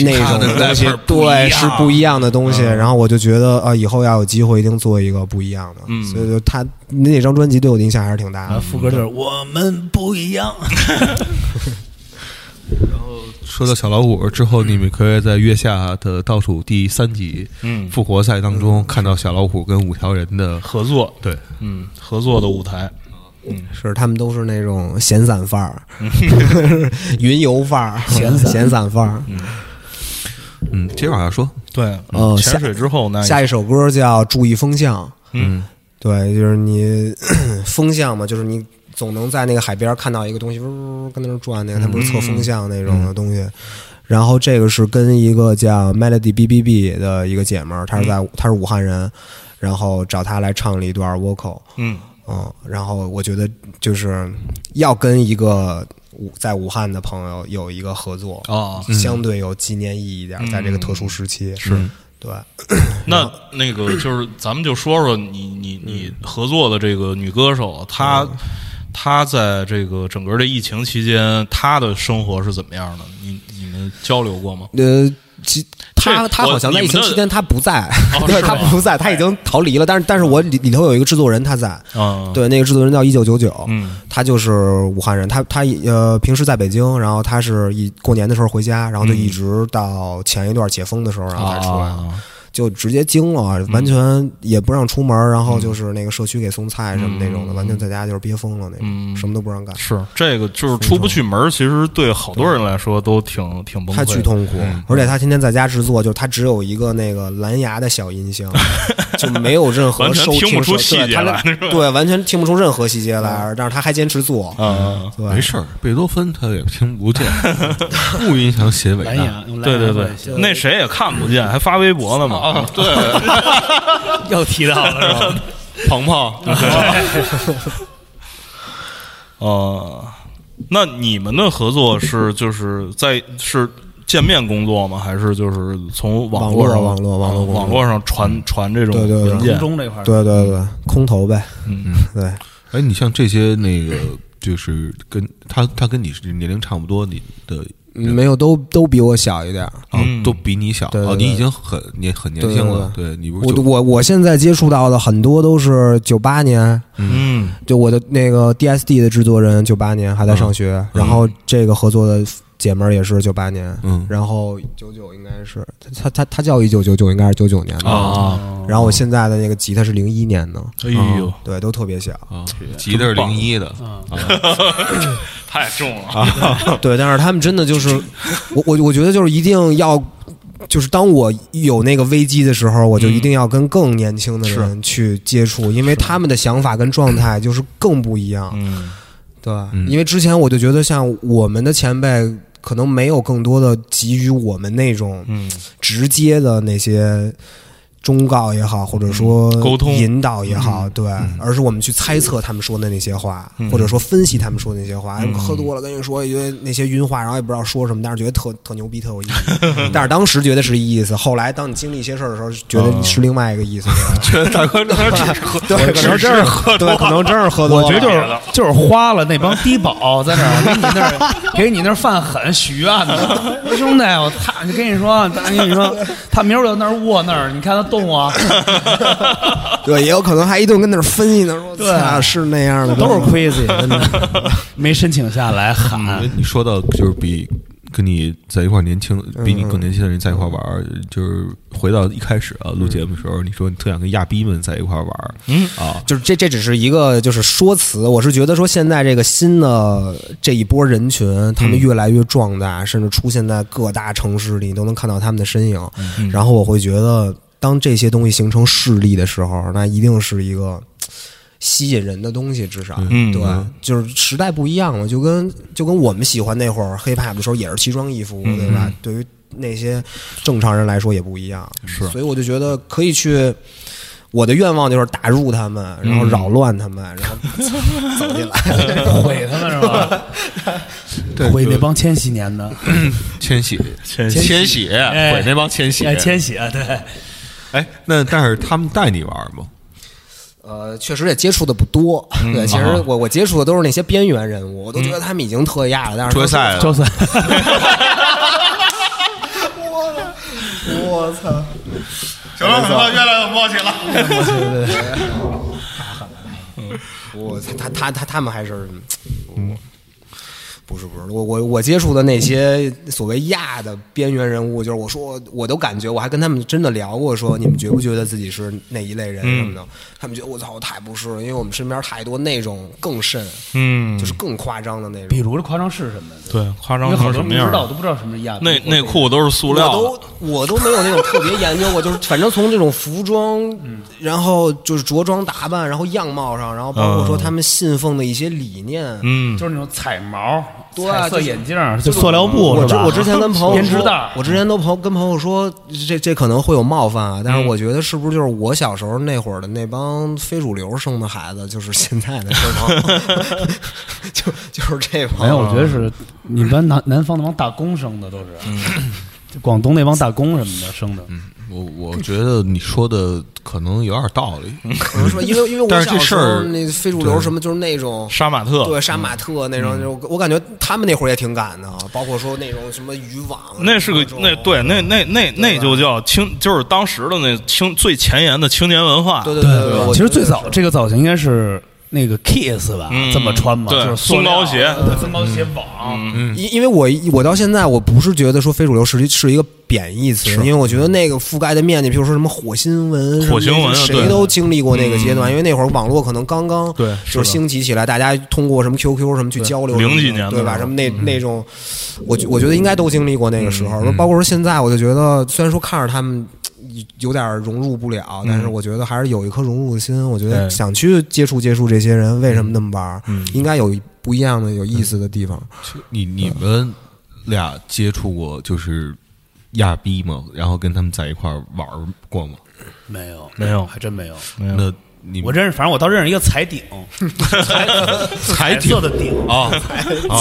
Speaker 4: 那
Speaker 1: 嗯他的
Speaker 4: 种东西
Speaker 1: rapper 不一样嗯
Speaker 4: 对是不一样的东西。然后我就觉得啊，以后要有机会一定做一个不一样的。
Speaker 2: 嗯
Speaker 4: 所以就他那张专辑对我的影响还是挺大
Speaker 5: 啊，
Speaker 4: 的。
Speaker 5: 副歌就是我们不一样，
Speaker 1: 说到小老虎之后，你们可以在月下的倒数第三集
Speaker 2: 嗯
Speaker 1: 复活赛当中看到小老虎跟五条人的
Speaker 2: 合作，
Speaker 1: 对，
Speaker 2: 嗯，合作的舞台，
Speaker 4: 是他们都是那种闲散范儿，
Speaker 1: 嗯
Speaker 4: 云游范儿，闲散闲散范儿。
Speaker 1: 嗯，接着往下说，
Speaker 2: 对，
Speaker 4: 嗯
Speaker 2: 潜水之后那
Speaker 4: 下一首歌叫《注意风向》。
Speaker 2: 嗯
Speaker 4: 对，就是你 风向嘛，就是你总能在那个海边看到一个东西，呜跟那儿转，那个它不是测风向那种的东西。然后这个是跟一个叫 Melody B B B 的一个姐们儿，她是在她是武汉人，然后找她来唱了一段 vocal，
Speaker 2: 嗯
Speaker 4: 嗯，然后我觉得就是要跟一个武在武汉的朋友有一个合作，
Speaker 2: 啊，
Speaker 4: 相对有纪念意义一点儿，在这个特殊时期是对。
Speaker 2: 那那个就是咱们就说说你你
Speaker 4: 嗯
Speaker 2: 你合作的这个女歌手，她她在这个整个这疫情期间，她的生活是怎么样的？你你们交流过吗？
Speaker 4: 呃，其他
Speaker 2: 这
Speaker 4: 他
Speaker 2: 我
Speaker 4: 好像在
Speaker 2: 你
Speaker 4: 疫
Speaker 2: 们
Speaker 4: 情
Speaker 2: 的
Speaker 4: 期间他不在，
Speaker 2: 哦
Speaker 4: 对
Speaker 2: 是
Speaker 4: 他
Speaker 2: 吗
Speaker 4: 不在，他已经逃离了。但是但是我里里头有一个制作人他在，
Speaker 2: 啊，，
Speaker 4: 对，那个制作人叫一九九九，
Speaker 2: 嗯
Speaker 4: 他就是武汉人，他他呃平时在北京，然后他是一过年的时候回家，然后
Speaker 2: 嗯
Speaker 4: 就一直到前一段解封的时候，然后才出来。
Speaker 2: 啊
Speaker 4: 就直接惊
Speaker 2: 嗯
Speaker 4: 了，完全也不让出门，然后就是那个社区给送菜什么那种的，完全在家就是憋疯了那种，
Speaker 2: 嗯
Speaker 4: 什么都不让干，
Speaker 2: 是这个，就是出不去门儿，其实对好多人来说都挺挺崩溃嗯
Speaker 4: 他
Speaker 2: 的。
Speaker 4: 巨痛苦，而且他天天在家制作，就是他只有一个那个蓝牙的小音 箱，就没有任何
Speaker 2: 完全
Speaker 4: 收
Speaker 2: 听
Speaker 4: 听
Speaker 2: 不出
Speaker 4: 设
Speaker 2: 细节
Speaker 4: 对他
Speaker 2: 来
Speaker 4: 连
Speaker 2: 是吧嗯
Speaker 4: 对，完全听不出任何细节来，但是他还坚持做，
Speaker 2: 啊，
Speaker 1: 没
Speaker 4: 对，
Speaker 1: 事儿，贝多芬他也听不见，不影响写伟
Speaker 5: 蓝
Speaker 1: 大。
Speaker 5: 哎牙，用蓝
Speaker 2: 对
Speaker 5: 牙
Speaker 2: 对
Speaker 5: 关系
Speaker 2: 对，那谁也看不见，还发微博呢嘛。
Speaker 5: 又提到了，是吧？
Speaker 2: 鹏鹏， 呃，那你们的合作是就是在是见面工作吗？还是就是从网络上啊
Speaker 4: 网络网络网络工作嗯
Speaker 2: 网络上传传这种
Speaker 4: 对对对
Speaker 2: 文
Speaker 5: 空
Speaker 2: 件？
Speaker 5: 中这块儿，
Speaker 4: 对对对，空投呗，
Speaker 2: 嗯，
Speaker 4: 对，
Speaker 1: 哎，你像这些那个，就是跟他他跟你是年龄差不多，你的
Speaker 4: 没有都都比我小一点儿，
Speaker 1: 啊、
Speaker 2: 嗯
Speaker 1: 都比你小
Speaker 4: 对对
Speaker 1: 啊，
Speaker 4: 对
Speaker 1: 你已经很年很年轻了，对你不是
Speaker 4: 我
Speaker 1: 九
Speaker 4: 我我现在接触到的很多都是九八年，
Speaker 2: 嗯嗯
Speaker 4: 就我的那个 DSD 的制作人，九八年还在上学，然后这个合作的姐们儿也是九八年，
Speaker 1: 嗯
Speaker 4: 然后九九应该是他他他叫一九九九，应该是九九年的。
Speaker 2: 啊，
Speaker 4: 然后我现在的那个吉他是零一年的，
Speaker 2: 哎呦，
Speaker 4: 对，都特别小。
Speaker 1: 啊，吉的是零一的，
Speaker 2: 太重 了，
Speaker 4: 对，但是他们真的就是，我我我觉得就是一定要，就是当我有那个危机的时候，我就一定要跟更年轻的人去接触，因为他们的想法跟状态就是更不一样。
Speaker 2: 嗯，
Speaker 4: 对，
Speaker 1: 嗯
Speaker 4: 因为之前我就觉得像我们的前辈。可能没有更多的给予我们那种
Speaker 2: 嗯
Speaker 4: 直接的那些忠告也好，或者说
Speaker 2: 沟通
Speaker 4: 引导也好，对，而是我们去猜测他们说的那些话，
Speaker 2: 嗯
Speaker 4: 或者说分析他们说的那些话。哎
Speaker 2: 嗯
Speaker 4: 喝多了跟你说一堆那些晕话，然后也不知道说什么，但是觉得特特牛逼，特有意思。但是当时觉得是一意思，后来当你经历一些事儿的时候，觉得是另外一个意思。
Speaker 2: 觉得大哥这只是 喝，
Speaker 4: 对， 可能真是喝，对，可能真是喝多
Speaker 5: 我
Speaker 4: 了。
Speaker 5: 觉得就是就是花了那帮低保在那儿给你那儿 给你那儿犯狠许愿呢， 兄弟，我操！你跟你说，咱跟你说， 他明儿就那儿卧那儿，你看他动啊，
Speaker 4: 对，也有可能还一顿跟那儿分析呢，说
Speaker 5: 对
Speaker 4: 操是那样 的，
Speaker 5: 都是 crazy，真的没申请下来
Speaker 1: 因为
Speaker 5: 喊。
Speaker 1: 你说到就是比跟你在一块儿年轻，比你更年轻的人在一块儿玩儿，就是回到一开始啊录节目的时候，你说你特想跟亚逼们在一块儿玩儿，嗯啊，
Speaker 4: 就是这这只是一个就是说辞，我是觉得说现在这个新的这一波人群，他们越来越壮大，甚至出现在各大城市里，你都能看到他们的身影。然后我会觉得，当这些东西形成势力的时候，那一定是一个。吸引人的东西，至少、
Speaker 2: 嗯
Speaker 4: 对
Speaker 2: 嗯，
Speaker 4: 就是时代不一样了，就跟就跟我们喜欢那会儿 hiphop 的时候也是奇装异服，对吧？对于那些正常人来说也不一样，
Speaker 2: 是
Speaker 4: 所以我就觉得可以去我的愿望就是打入他们，然后扰乱他们，然后走 进来。
Speaker 5: 毁他们是吧？
Speaker 1: 对
Speaker 5: 毁那帮千禧年的，
Speaker 1: 千玺，
Speaker 2: 千
Speaker 1: 玺，
Speaker 2: 玺
Speaker 1: 千玺，
Speaker 5: 哎
Speaker 1: 毁那帮千玺
Speaker 5: 哎，，千禧啊，对，
Speaker 1: 哎，那但是他们带你玩儿吗？
Speaker 4: 呃，确实也接触的不多，对，其实
Speaker 1: 啊
Speaker 4: 我我接触的都是那些边缘人物，我都觉得他们已经特亚了，但是
Speaker 1: 决赛
Speaker 5: 周
Speaker 1: 了，
Speaker 5: 三
Speaker 4: 我操，
Speaker 2: 行了行了，越来越有默契了。
Speaker 4: 我
Speaker 2: 嗯
Speaker 4: 他他他他们还是，嗯，不是不是，我我我接触的那些所谓亚的边缘人物，就是我说我都感觉，我还跟他们真的聊过，说你们觉不觉得自己是那一类
Speaker 2: 嗯
Speaker 4: 人什么的？他们觉得我操，太不是了，因为我们身边太多那种更甚，
Speaker 2: 嗯
Speaker 4: 就是更夸张的那
Speaker 5: 比
Speaker 4: 种。
Speaker 5: 如这夸张是什么？对吧
Speaker 2: 对，夸
Speaker 5: 因
Speaker 2: 张
Speaker 5: 为好
Speaker 2: 成
Speaker 5: 多人
Speaker 2: 什么
Speaker 5: 不知
Speaker 2: 样
Speaker 5: 道，我
Speaker 2: 儿？啊
Speaker 5: 都不知道什么是亚裔
Speaker 2: 内内裤都是塑
Speaker 4: 我
Speaker 2: 料的，
Speaker 4: 都我都没有那种特别研究过，就是反正从这种服装，
Speaker 2: 嗯
Speaker 4: 然后就是着装打扮，然后样貌上，然后包括说他们信奉的一些理念，
Speaker 2: 嗯，
Speaker 5: 就是那种彩毛、
Speaker 4: 对
Speaker 5: 彩色
Speaker 4: 就是
Speaker 5: 眼镜，就塑料布
Speaker 4: 我
Speaker 5: 是
Speaker 4: 之
Speaker 5: 吧？
Speaker 4: 我之前跟朋友
Speaker 5: 编织
Speaker 4: 说
Speaker 5: 袋，
Speaker 4: 我之前都朋友跟朋友说，这这可能会有冒犯啊，
Speaker 2: 嗯
Speaker 4: 但是我觉得是不是就是我小时候那会儿的那帮非主流生的孩子，就是现在的这 帮，就就是这帮。
Speaker 5: 没有，我觉得是你们班南南方那帮打工生的都是，
Speaker 2: 嗯
Speaker 5: 就 广东那帮打工什么的生的。
Speaker 1: 我我觉得你说的可能有点道理，
Speaker 4: 可能说，因为因为我
Speaker 1: 但是
Speaker 4: 小
Speaker 1: 这
Speaker 4: 时
Speaker 1: 事
Speaker 4: 候
Speaker 1: 儿
Speaker 4: 那非主流什么就是那种。
Speaker 2: 杀马特，
Speaker 4: 对，杀马特那种，就我感觉他们那会儿也挺敢的，啊包括说那种什么渔网，啊
Speaker 2: 那是个
Speaker 4: 各种
Speaker 2: 那对那那那那就叫青，就是当时的那青最前沿的青年文化。
Speaker 4: 对对对对，我
Speaker 5: 其实
Speaker 4: 觉得
Speaker 5: 最早这个造型应该是那个 Kiss 吧
Speaker 2: 嗯，
Speaker 5: 这么穿嘛，
Speaker 2: 对
Speaker 5: 就是塑料
Speaker 2: 松糕鞋嗯
Speaker 5: 对嗯松糕鞋网，
Speaker 4: 因因为我我到现在我不是觉得说非主流是一是一个贬义词，因为我觉得那个覆盖的面积，比如说什么火星文什么的，
Speaker 2: 火星文啊
Speaker 4: 谁
Speaker 2: 对嗯
Speaker 4: 都经历过那个阶段，因为那会儿网络可能刚刚
Speaker 2: 对是
Speaker 4: 就是
Speaker 2: 的
Speaker 4: 兴起起来，大家通过什么 QQ 什么去交流什么的，
Speaker 2: 零几年的
Speaker 4: 对吧？
Speaker 2: 时候嗯
Speaker 4: 什么那那种，我觉我觉得应该都经历过那个时候，包括说现在，我就觉得虽然说看着他们。有点融入不了，但是我觉得还是有一颗融入的心。我觉得
Speaker 2: 嗯对嗯
Speaker 4: 想去接触接触这些人，为什么那么玩儿？应该有不一样的、有意思的地方。
Speaker 1: 你你们俩接触过就是亚逼吗？然后跟他们在一块儿玩儿过吗？
Speaker 5: 没有
Speaker 2: 没有
Speaker 5: 还真没有。
Speaker 2: 嗯，
Speaker 1: 那你
Speaker 5: 我认识，反正我倒认识一个彩 顶，彩彩色的顶，
Speaker 1: 啊
Speaker 2: 哦
Speaker 1: 啊，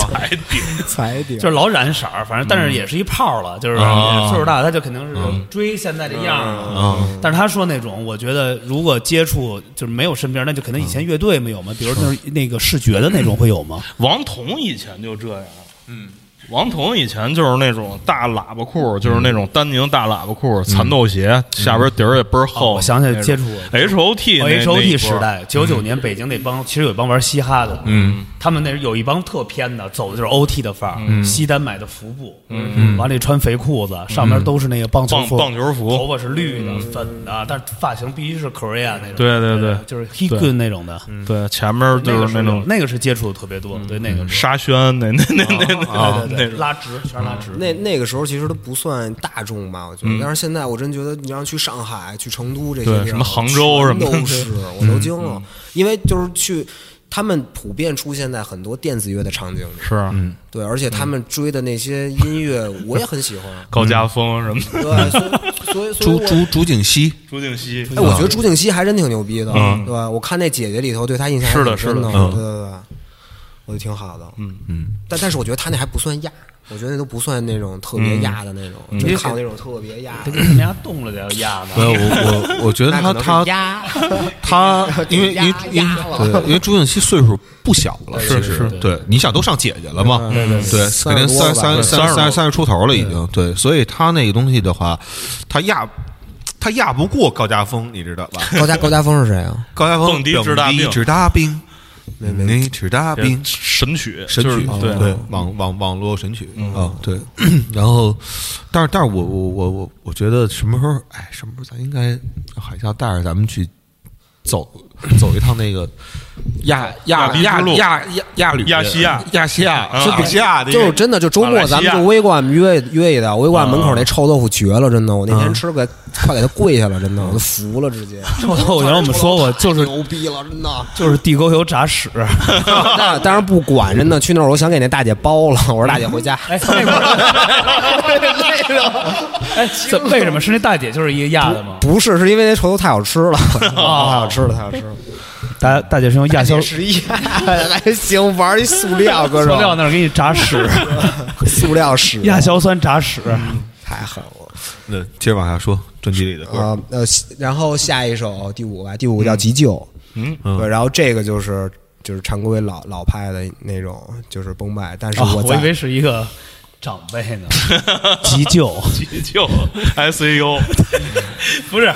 Speaker 4: 踩点
Speaker 5: 就是老染色儿，反正但
Speaker 2: 嗯
Speaker 5: 是也是一泡了，就是
Speaker 1: 啊
Speaker 5: 岁数大，他就肯定是追现在这样儿了。
Speaker 1: 嗯
Speaker 5: 但是他说那种，我觉得如果接触就是没有身边，那就可能以
Speaker 2: 嗯
Speaker 5: 前乐队没有吗？比如那种那个视觉的那种会有吗？
Speaker 2: 王彤以前就这样，嗯，王彤以前就是那种大喇叭裤，就是那种丹宁大喇叭裤、蚕豆鞋，下边底儿也倍儿厚。
Speaker 5: 我想起来哦接触过
Speaker 2: 哦那种 HOT 那
Speaker 3: H O
Speaker 2: 那一
Speaker 3: T
Speaker 2: 波嗯
Speaker 3: 时代，九九年北京那帮，其实有一帮玩嘻哈的，嗯，他们那有一帮特偏的，走的就是 O T 的范
Speaker 2: 嗯
Speaker 3: 儿，西单买的服部，嗯，完了穿肥裤子，上面都是那个棒球
Speaker 2: 嗯棒
Speaker 3: 服，
Speaker 2: 棒球服
Speaker 3: 头发是绿
Speaker 5: 哦
Speaker 3: 的、粉
Speaker 5: 嗯
Speaker 3: 的，但是发型必须是 Korea 那种，
Speaker 2: 对对对
Speaker 3: 就是 He Good 那种的，
Speaker 2: 对，前面
Speaker 3: 那
Speaker 2: 就
Speaker 3: 个
Speaker 2: 是那
Speaker 5: 嗯
Speaker 2: 种
Speaker 3: 那个是接触的特别多，对那个是
Speaker 2: 沙宣，那那那那
Speaker 4: 啊
Speaker 5: 嗯
Speaker 4: 对
Speaker 2: 那那种。
Speaker 3: 拉直，全是拉直，
Speaker 4: 那那个时候其实都不算大众吧，我觉得。但是现在我真觉得，你让去上海、去成都这些地
Speaker 2: 嗯
Speaker 4: 方，
Speaker 2: 对什么杭州什么的
Speaker 4: 全
Speaker 2: 嗯
Speaker 4: 都 是，我都惊了。因为就是去，他们普遍出现在很多电子乐的场景里，
Speaker 2: 是啊
Speaker 4: 对，而且他们追的那些音乐，我也很喜欢。
Speaker 2: 高家峰什么
Speaker 4: 对，
Speaker 2: 的，
Speaker 4: 所以所以所以
Speaker 1: 朱
Speaker 4: 我
Speaker 1: 朱朱景 熙，
Speaker 2: 朱静熙，
Speaker 4: 哎，我觉得朱静熙还真挺牛逼的，对吧？我看那姐姐里头，对她印象还
Speaker 2: 是的
Speaker 4: 挺深
Speaker 2: 是的
Speaker 4: 对对对，我觉得挺好的，嗯嗯。但但是我觉得她那还不算亚，我觉得那都不算那种特别亚的那种，就靠那种特别亚的，
Speaker 3: 人家动了点压
Speaker 1: 没
Speaker 3: 的，
Speaker 1: 有我我我觉得
Speaker 4: 那
Speaker 1: 他
Speaker 4: 可能
Speaker 1: 他
Speaker 4: 是压，
Speaker 1: 他因为因为
Speaker 4: 压
Speaker 1: 因为
Speaker 4: 压了
Speaker 1: 对，因为朱景熙岁数不小了，其实对，你想都上姐姐了嘛，对，肯定三
Speaker 4: 三十多吧
Speaker 1: 三三
Speaker 2: 对
Speaker 1: 三三十出头了已经，对，所以他那个东西的话，他压他压不过高家峰，你知道吧？
Speaker 4: 高家高家峰是谁啊？
Speaker 1: 高家峰
Speaker 2: 蹦迪直达兵
Speaker 1: 蹦迪直达兵，你直达兵，
Speaker 2: 神曲，
Speaker 1: 神
Speaker 2: 就是
Speaker 1: 曲，啊
Speaker 2: 对嗯
Speaker 1: 对，网网网络神曲啊，对。 然后，但是但是我我我我我觉得什么时候，哎，什么时候咱应该让海啸带着咱们去走走一趟那 个亚亚
Speaker 2: 亚
Speaker 1: 亚
Speaker 2: 非之路
Speaker 1: 亚亚亚旅
Speaker 2: 亚细亚
Speaker 1: 亚细亚
Speaker 2: 啊
Speaker 1: 马来西亚的一
Speaker 4: 就
Speaker 1: 个
Speaker 4: 是真的，就周末咱们就微馆约约一道，微馆门口那臭豆腐绝了，真的，我那天吃给快给他跪下了，真的，我都服了，直接。
Speaker 5: 臭豆腐原来我们说过，就是
Speaker 4: 牛逼了，真的。
Speaker 5: 就是地沟油炸屎，
Speaker 4: 那当然不管，真的，去那儿我想给那大姐包了，我说大姐回家。
Speaker 5: 哎，那 会儿累了，哎， 怎为什么是那大姐就是一个 亚的吗？ 啊
Speaker 4: 不是，是因为那臭豆腐太好吃 了，太
Speaker 3: 啊
Speaker 4: 好吃了，太好吃
Speaker 5: 哎
Speaker 4: 了。
Speaker 5: 大大姐是用亚硝塑
Speaker 4: 十一 还行，玩一塑料，哥说
Speaker 5: 哎料那儿给你炸屎，
Speaker 4: 塑料屎，
Speaker 5: 亚硝酸炸屎，
Speaker 3: 嗯
Speaker 4: 太狠了。
Speaker 1: 对，接着往下说专辑里的歌，
Speaker 4: 啊呃，然后下一首第五吧，第五个叫《急救》，
Speaker 2: 嗯
Speaker 1: 嗯
Speaker 4: 对，然后这个就是就是常规老老派的那种，就是崩麦，但是
Speaker 5: 啊，我
Speaker 4: 在
Speaker 5: 以为是一个长辈呢，急救。
Speaker 2: 急救 ICU，
Speaker 5: 不是，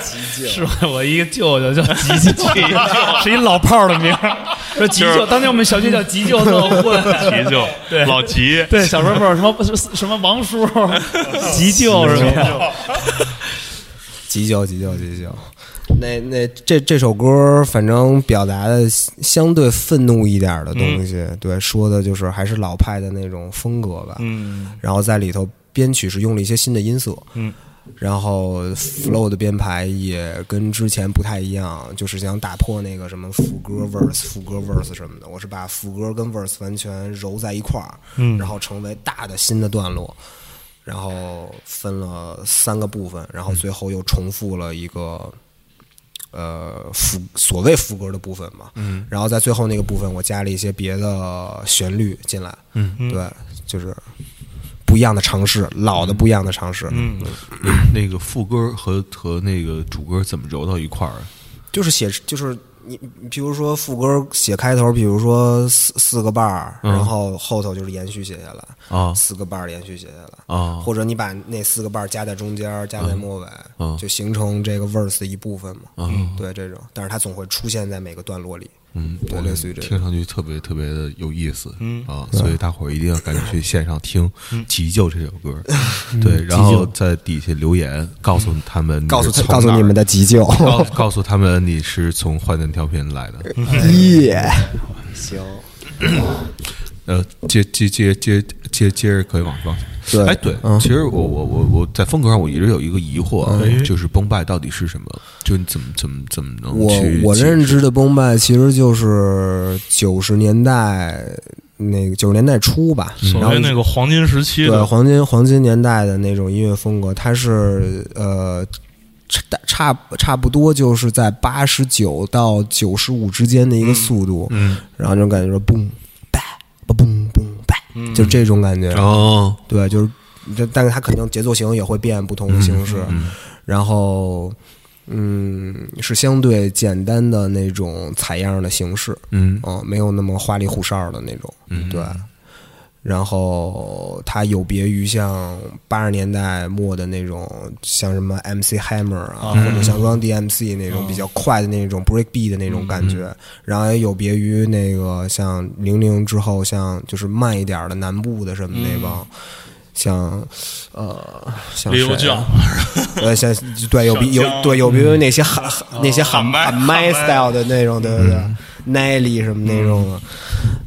Speaker 5: 是我一个舅舅叫急救， 是一老炮儿的名儿，说急
Speaker 2: 就是
Speaker 5: 救。当年我们小学叫急救特混，
Speaker 2: 急救，
Speaker 5: 对
Speaker 2: 老急，
Speaker 5: 对，小时候不是什么什么王叔，急救什么的，
Speaker 4: 急救，急救，急救。那那这这首歌，反正表达的相对愤怒一点的东西，对，说的就是还是老派的那种风格吧。
Speaker 2: 嗯，
Speaker 4: 然后在里头编曲是用了一些新的音色，
Speaker 2: 嗯，
Speaker 4: 然后 flow 的编排也跟之前不太一样，就是想打破那个什么副歌 verse 副歌 verse 什么的，我是把副歌跟 verse 完全揉在一块儿，嗯，然后成为大的新的段落，然后分了三个部分，然后最后又重复了一个。呃，副所谓副歌的部分嘛，嗯，然后在最后那个部分，我加了一些别的旋律进来，嗯，对，就是不一样的尝试，老的不一样的尝试，嗯，
Speaker 1: 那个副歌和和那个主歌怎么揉到一块儿？啊
Speaker 4: 就是写，就是你，你比如说副歌写开头，比如说四四个半儿，然后后头就是延续写下来，
Speaker 1: 啊
Speaker 4: 四个半儿连续写下来，
Speaker 1: 啊
Speaker 4: 或者你把那四个半儿加在中间儿，加在末尾，
Speaker 1: 嗯
Speaker 4: 就形成这个 verse 的一部分嘛，嗯，对，这种，但是它总会出现在每个段落里，
Speaker 1: 嗯，
Speaker 4: 对
Speaker 1: 我
Speaker 4: 类似于这种
Speaker 1: 听上去特别特别的有意思，嗯啊，所以大伙儿一定要赶紧去线上听《急救》这首歌，对，然后在底下留言告诉他们你是从哪儿，哎
Speaker 4: 告诉告诉你们的急救，
Speaker 1: 告告诉他们你是从幻灯调频来的，
Speaker 4: 耶，行，
Speaker 1: 呃，接接接接接接着可以往上。
Speaker 4: 对
Speaker 1: 哎，对，
Speaker 4: 嗯
Speaker 1: 其实我我我我在风格上我一直有一个疑惑，就是崩败到底是什么？就你怎么怎么怎么能
Speaker 4: 我
Speaker 1: 去
Speaker 4: 我
Speaker 1: 解
Speaker 4: 认
Speaker 1: 释
Speaker 4: 知的崩败其实就是九十年代那个九十年代初吧，
Speaker 1: 嗯
Speaker 4: 嗯
Speaker 2: 所
Speaker 4: 然后
Speaker 2: 谓那个黄金时期
Speaker 4: 对
Speaker 2: 的，
Speaker 4: 黄金黄金年代的那种音乐风格，它是呃差差差不多就是在八十九到九十五之间的一个速度，
Speaker 2: 嗯，
Speaker 4: 然后就感觉说嘣吧吧嘣嘣吧，
Speaker 2: 嗯
Speaker 4: 就这种感觉，
Speaker 1: 哦，
Speaker 4: 对，就是，这，但是它肯定节奏型也会变不同的形式，
Speaker 2: 嗯
Speaker 4: 然后，嗯，是相对简单的那种采样的形式，
Speaker 1: 嗯
Speaker 4: 嗯、没有那么花里胡哨的那种，对。然后它有别于像八十年代末的那种，像什么 MC Hammer 啊，或者像 Run DMC 那种比较快的那种 Break Beat 的那种感觉，然后也有别于那个像零零之后，像就是慢一点儿的南部的什么那帮。像，呃，像
Speaker 2: 李友
Speaker 4: 谁啊
Speaker 2: 将，
Speaker 4: 呃，像对有比有
Speaker 2: 小江
Speaker 4: 对有别于那些喊那些喊
Speaker 2: 喊麦
Speaker 4: 喊麦
Speaker 2: 喊麦
Speaker 4: style 的那种，对对对，Nelly 什么那种的，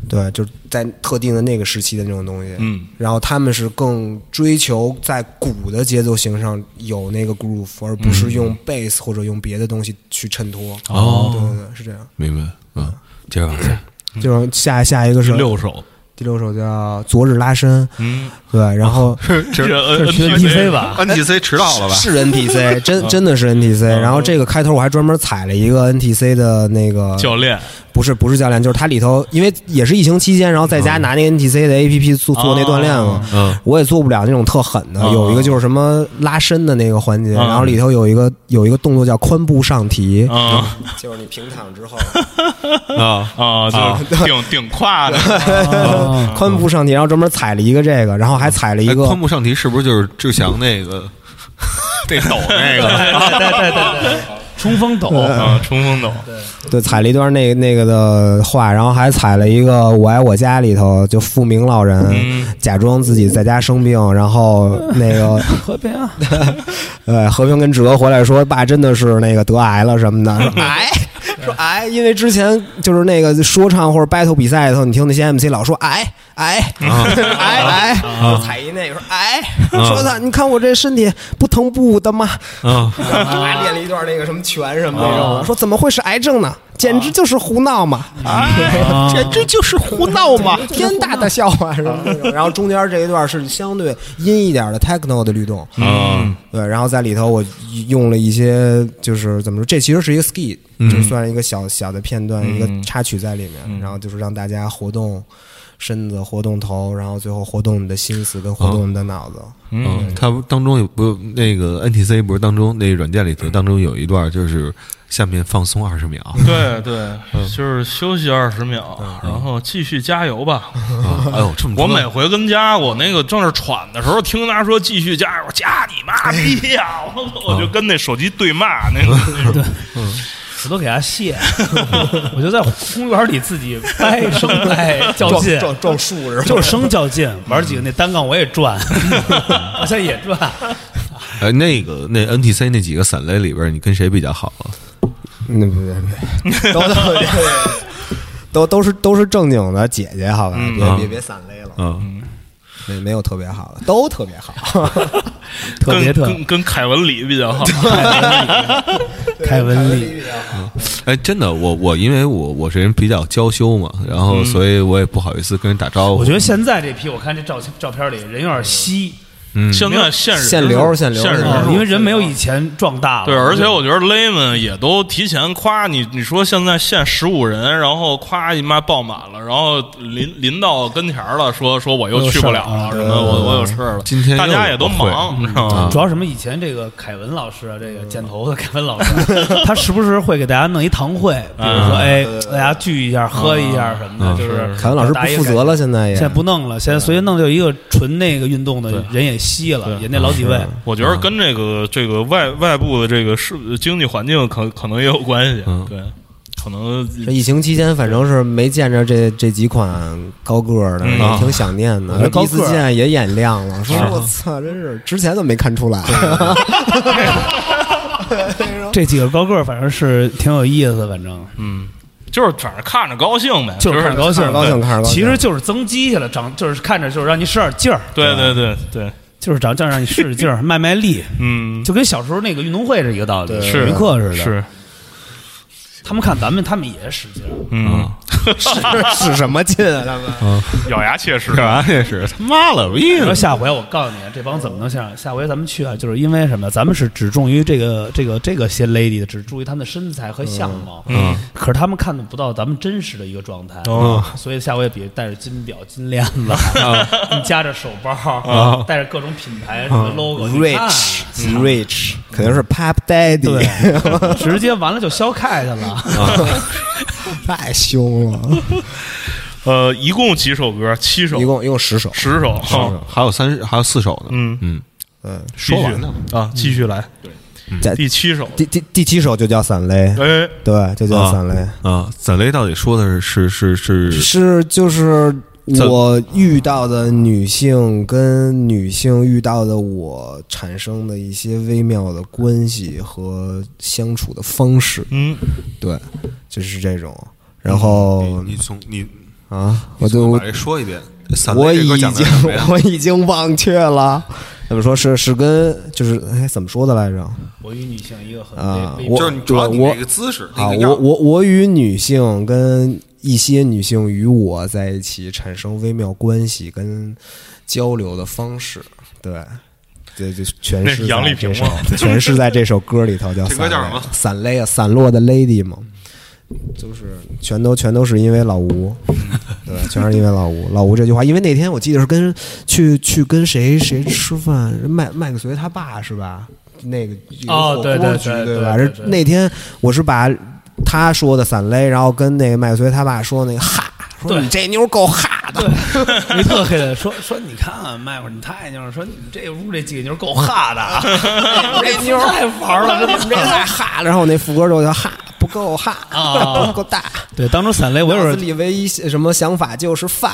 Speaker 4: 对，就是在特定的那个时期的那种东西。
Speaker 2: 嗯，
Speaker 4: 然后他们是更追求在鼓的节奏型上有那个 groove，而不是用 bass 或者用别的东西去衬托。
Speaker 1: 哦
Speaker 4: 对对对，是这样。
Speaker 1: 明白嗯，接着往下，
Speaker 4: 就是下下一个是
Speaker 2: 第六首，
Speaker 4: 第六首叫昨日拉伸，
Speaker 2: 嗯，
Speaker 4: 对，然后
Speaker 1: 这这
Speaker 5: 这 是 NPC 吧？
Speaker 1: NTC 迟到了吧？
Speaker 4: 是 NTC，真真的是 NTC。然后这个开头我还专门采了一个 NTC 的那个
Speaker 2: 教练，
Speaker 4: 不是不是教练，就是它里头，因为也是疫情期间，然后在
Speaker 2: 嗯
Speaker 4: 家拿那个 NTC 的 APP 做做那锻炼
Speaker 2: 啊
Speaker 4: 嘛，
Speaker 1: 嗯
Speaker 4: 我也做不了那种特狠的，
Speaker 2: 哦
Speaker 4: 有一个就是什么拉伸的那个环节，
Speaker 2: 嗯
Speaker 4: 然后里头有一个有一个动作叫髋部上提，
Speaker 2: 啊
Speaker 4: 就是你平躺之后，
Speaker 1: 啊，
Speaker 2: 啊，就是顶顶胯的，
Speaker 5: 啊
Speaker 4: 髋部上提，然后专门采了一个这个，然后还采了一
Speaker 1: 哎
Speaker 4: 个
Speaker 1: 宽木上题是不是就是志祥那 个那抖那个？
Speaker 5: 对啊对对对对，冲锋斗，
Speaker 2: 啊，冲锋斗，
Speaker 4: 对，采了一段那那个的话，然后还采了一个《我爱我家》里头，就富明老人、
Speaker 2: 嗯
Speaker 4: 假装自己在家生病，然后那个
Speaker 5: 和平啊，
Speaker 4: 呃和平跟志哥回来说，爸真的是那个得癌了什么的，说癌。说癌，因为之前就是那个说唱或者 battle 比赛里头，你听那些 MC 老说哎癌癌癌癌，就哎踩一那个说癌，说他你看我这身体不疼不武的吗？
Speaker 1: 啊，
Speaker 4: 他练了一段那个什么拳什么那种，说怎么会是癌症呢？简直就是胡闹嘛！哎， 简直就是胡闹嘛！天大的笑话什么那种。然后中间这一段是相对阴一点的 techno 的律动，
Speaker 2: 嗯，
Speaker 4: 对，然后在里头我用了一些就是怎么说，这其实是一个 ski，就算是一个小小的片段，一个插曲在里面，然后就是让大家活动身子、活动头，然后最后活动你的心思跟活动你的脑子。
Speaker 1: 嗯，他当中有不有那个 NTC 不是当中那软件里头当中有一段就是下面放松二十 秒，
Speaker 2: 对对，就是休息二十秒，然后继续加油吧。
Speaker 1: 啊哎呦这么
Speaker 2: 我
Speaker 1: 多
Speaker 2: 每回跟家，我那个正是喘的时候，听他说继续加油，加你妈逼呀！我我就跟那手机对骂那个那种，
Speaker 5: 我都给他卸， 我就在公园里自己掰生掰较劲，
Speaker 4: 撞树是吧？
Speaker 5: 就是生较劲，玩几个那单杠我也转，好像也转，
Speaker 1: 哎那个那 NTC 那几个散类里边，你跟谁比较好啊？
Speaker 4: 那不别 别，都都都都是都是正经的姐姐，好吧？别别别散勒了，
Speaker 1: 嗯，
Speaker 4: 没没有特别好的，都特别好。
Speaker 5: 特别
Speaker 2: 跟
Speaker 5: 特
Speaker 2: 跟跟凯文里比较好。
Speaker 5: 凯文利，
Speaker 1: 哎，真的，我我因为我我这人比较娇羞嘛，然后所以我也不好意思跟人打招呼。
Speaker 5: 我觉得现在这批，我看这照照片里人有点稀，
Speaker 1: 嗯
Speaker 2: 现在现人
Speaker 4: 限流限流
Speaker 2: 限人
Speaker 5: 啊因为人没有以前壮
Speaker 1: 啊
Speaker 5: 大了。
Speaker 2: 对，而且我觉得勒们也都提前夸你，你说现在限十五人，然后夸你妈爆满了，然后临临到跟前儿了，说说我又去不了了，什么我我有事儿了，
Speaker 1: 今天又嗯啊
Speaker 2: 大家也都忙，你知道吗？
Speaker 5: 嗯主要什么？以前这个凯文老师啊，这个剪头的凯文老师， 他时不时会给大家弄一堂会，比如说，哎，大家聚一下、喝一下什么的，嗯就是
Speaker 4: 凯文老师
Speaker 5: 大家也
Speaker 4: 不负责了，现在也
Speaker 5: 现在不弄了，现在所以弄就一个纯那个运动的人也稀了，也那老几位，
Speaker 2: 我
Speaker 1: 嗯
Speaker 2: 觉得跟这个这个外外部的这个是经济环境可可能也有关系，
Speaker 1: 嗯
Speaker 2: 对，可能
Speaker 4: 这疫情期间，反正是没见着这这几款高个儿的，
Speaker 2: 嗯
Speaker 4: 也挺想念的。
Speaker 5: 啊
Speaker 4: 第一次
Speaker 5: 高个儿啊
Speaker 4: 见也眼亮了，说我操，真是之前怎么没看出来？
Speaker 5: 这几个高个儿反正是挺有意思，反正
Speaker 2: 嗯，就是反正看着高兴呗，
Speaker 5: 就是
Speaker 2: 是
Speaker 5: 看着高兴，
Speaker 4: 看着高兴
Speaker 5: 对
Speaker 4: 看着高兴
Speaker 5: 其实就是增肌去了，长就是看着就是让你使点劲儿，
Speaker 2: 对对对对，
Speaker 5: 就是长劲儿让你使使劲 儿，卖卖力，
Speaker 2: 嗯，
Speaker 5: 就跟小时候那个运动会是一个道理，
Speaker 4: 对
Speaker 5: 体育课似的。
Speaker 2: 是，
Speaker 5: 他们看咱们，他们也使劲儿，
Speaker 2: 嗯，
Speaker 4: 使什么劲啊？他 们
Speaker 2: 咬牙 切齿，
Speaker 1: 啥也是他妈了逼
Speaker 5: 说下回我告诉你，这帮怎么能像下回咱们去啊？就是因为什么？咱们是只重于这个这个这个些 lady 的，只注意她们的身材和相貌。
Speaker 2: 嗯，
Speaker 5: 可是他们看不到咱们真实的一个状态。
Speaker 2: 哦
Speaker 5: 所以下回比如带着金表、金 链子，你夹着手包，
Speaker 2: 哦
Speaker 5: 带着各种品牌什
Speaker 2: 嗯
Speaker 5: 么 logo，你看。
Speaker 4: 嗯
Speaker 5: 嗯
Speaker 4: rich rich 肯定是 Pop Daddy，
Speaker 5: 对，直接完了就消开去了。
Speaker 4: 太凶了。
Speaker 2: 呃，一共几首歌？七首，
Speaker 4: 一共一共十首，
Speaker 2: 十首。好，
Speaker 1: 还有三还有四首呢。
Speaker 2: 嗯
Speaker 1: 嗯，
Speaker 4: 嗯，
Speaker 2: 继
Speaker 1: 说
Speaker 2: 续
Speaker 1: 完了。
Speaker 2: 啊，继续
Speaker 5: 嗯
Speaker 2: 来。
Speaker 4: 在
Speaker 2: 第七首，
Speaker 4: 第第第七首就叫散雷，
Speaker 2: 哎，
Speaker 4: 对，就叫散雷。
Speaker 1: 啊，散雷到底说的是是是是
Speaker 4: 是就是
Speaker 1: 怎
Speaker 4: 我遇到的女性跟女性遇到的我产生的一些微妙的关系和相处的方式，
Speaker 2: 嗯，
Speaker 4: 对，就是这种。然后
Speaker 1: 你你从嗯哎你
Speaker 4: 啊，我就
Speaker 1: 把
Speaker 4: 我
Speaker 1: 这说一遍。散
Speaker 4: 我
Speaker 1: 雷这
Speaker 4: 已
Speaker 1: 歌
Speaker 4: 经
Speaker 1: 讲的是什么呀？
Speaker 4: 我已经忘却了，怎么说是是跟就是哎怎么说的来着？
Speaker 5: 我与女性一个很
Speaker 4: 啊
Speaker 5: 微微
Speaker 4: 我
Speaker 1: 就是你主要你
Speaker 4: 我
Speaker 1: 那个姿势
Speaker 4: 啊，
Speaker 1: 那个样
Speaker 4: 我我我与女性跟一些女性与我在一起产生微妙关系跟交流的方式，对，这就全
Speaker 2: 那
Speaker 4: 是
Speaker 2: 杨丽
Speaker 4: 在这
Speaker 2: 萍
Speaker 4: 首
Speaker 2: 吗
Speaker 4: 全是在这首歌里头叫
Speaker 1: 这歌
Speaker 4: 散
Speaker 1: 叫
Speaker 4: 泪
Speaker 1: 什么
Speaker 4: 散泪啊，散落的 lady 嘛，就是全都全都是因为老吴，对，全是因为老吴。老吴这句话，因为那天我记得是跟去去跟谁谁吃饭，麦麦克随他爸是吧？那个有个
Speaker 5: 哦
Speaker 4: 火
Speaker 5: 对
Speaker 4: 锅
Speaker 5: 对
Speaker 4: 局
Speaker 5: 对
Speaker 4: 对
Speaker 5: 对
Speaker 4: 吧？
Speaker 5: 对
Speaker 4: 是
Speaker 5: 对
Speaker 4: 那天我是把他说的散雷，然后跟那个麦克随他爸说那个哈，说
Speaker 5: 对
Speaker 4: 你这妞够哈 的，
Speaker 5: 没特黑的，说说你看啊麦会儿你太牛了，说你们这屋这几个妞够哈的 啊，这妞太玩了，
Speaker 4: 你们这太哈了。然后我那副歌就叫哈不够哈
Speaker 6: 啊
Speaker 4: 不够大。
Speaker 6: 对，当初散雷我有
Speaker 4: 脑子
Speaker 6: 点
Speaker 4: 里唯一什么想法就是 fuck，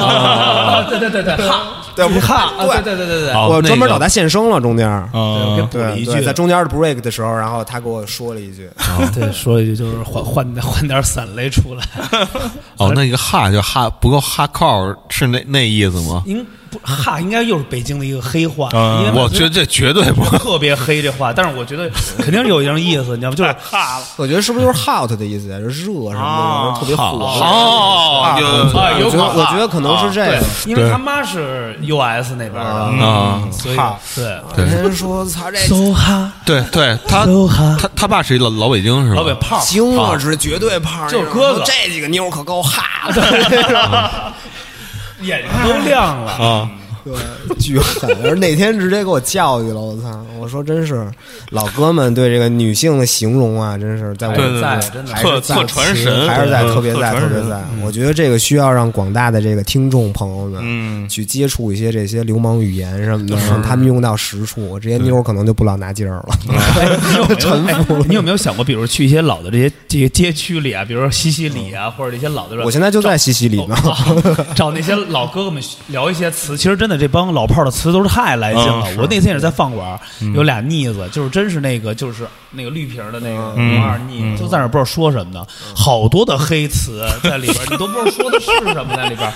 Speaker 5: 啊，对对对对，哈，
Speaker 4: 对不
Speaker 5: 哈，啊对
Speaker 4: 对
Speaker 5: 对对对对，
Speaker 1: 哦
Speaker 4: 我
Speaker 1: 那
Speaker 4: 专门
Speaker 1: 个
Speaker 4: 找他现声了，中间儿
Speaker 2: 啊
Speaker 5: 对，我给补了
Speaker 4: 对
Speaker 5: 一
Speaker 4: 对，
Speaker 5: 句
Speaker 4: 在，中间的 break 的时候，然后他给我说了一句，
Speaker 5: 啊
Speaker 6: 对说了一句，就是换换换点散雷出来，
Speaker 1: 哦，那个哈就哈不够哈靠是那那意思吗？
Speaker 5: 应不哈，应该又是北京的一个黑话，
Speaker 2: 嗯
Speaker 5: 因为
Speaker 1: 我觉得这绝对不。
Speaker 5: 特别黑这话，但是我觉得肯定是有一点意思，你知道吗？就是哈了
Speaker 4: 我觉得是不是就是 hot 的意思，就是热什么
Speaker 5: 啊
Speaker 4: 的，特别火。
Speaker 1: 哦，有
Speaker 5: 啊，有
Speaker 4: 我
Speaker 5: 可
Speaker 4: 觉得
Speaker 5: 能，啊
Speaker 4: 我觉得可能是这
Speaker 5: 对
Speaker 4: 个。，
Speaker 5: 因为他妈是 US 那边的，
Speaker 4: 嗯
Speaker 1: 啊，
Speaker 5: 所以对。
Speaker 4: 有人说操这
Speaker 6: 都哈
Speaker 1: 对对，
Speaker 4: 啊
Speaker 1: 他
Speaker 6: 都哈，
Speaker 1: 他他爸是一老老北京是吗？
Speaker 5: 嗯老北胖儿，
Speaker 4: 精了，是绝对胖，
Speaker 5: 就是鸽子
Speaker 4: 这几个妞儿可够 哈，
Speaker 5: 眼睛都亮 了。
Speaker 1: 啊，
Speaker 4: 对，巨狠。而那天直接给我教育了，我操！我说真是老哥们对这个女性的形容啊，真是在我
Speaker 2: 对对
Speaker 5: 在
Speaker 2: 对，
Speaker 5: 真的
Speaker 4: 还是
Speaker 2: 特
Speaker 4: 在
Speaker 2: 特传神，
Speaker 4: 还是在
Speaker 2: 对
Speaker 4: 特别在
Speaker 2: 传
Speaker 4: 特别
Speaker 2: 神
Speaker 4: 在。我觉得这个需要让广大的这个听众朋友们，
Speaker 2: 嗯
Speaker 4: 去接触一些这些流氓语言什么的，让他们用到实处，这些妞儿可能就不老拿劲儿
Speaker 2: 嗯
Speaker 4: 了，臣服了。
Speaker 5: 哎你有没有想过，比如去一些老的这些这些街区里啊，比如说西西里啊，或者一些老的地方，
Speaker 4: 我现在就在西西里 呢，
Speaker 5: 找那些老哥哥们聊一些词。其实真的，这帮老炮儿的词都是太来劲了
Speaker 2: 嗯。是
Speaker 5: 我那天也是在饭馆儿，有俩腻子，就是真是那个就是那个绿瓶儿的那个
Speaker 2: 嗯
Speaker 5: 王二腻，就在那儿不知道说什么呢，好多的黑词在里边儿，你都不知道说的是什么在里边儿，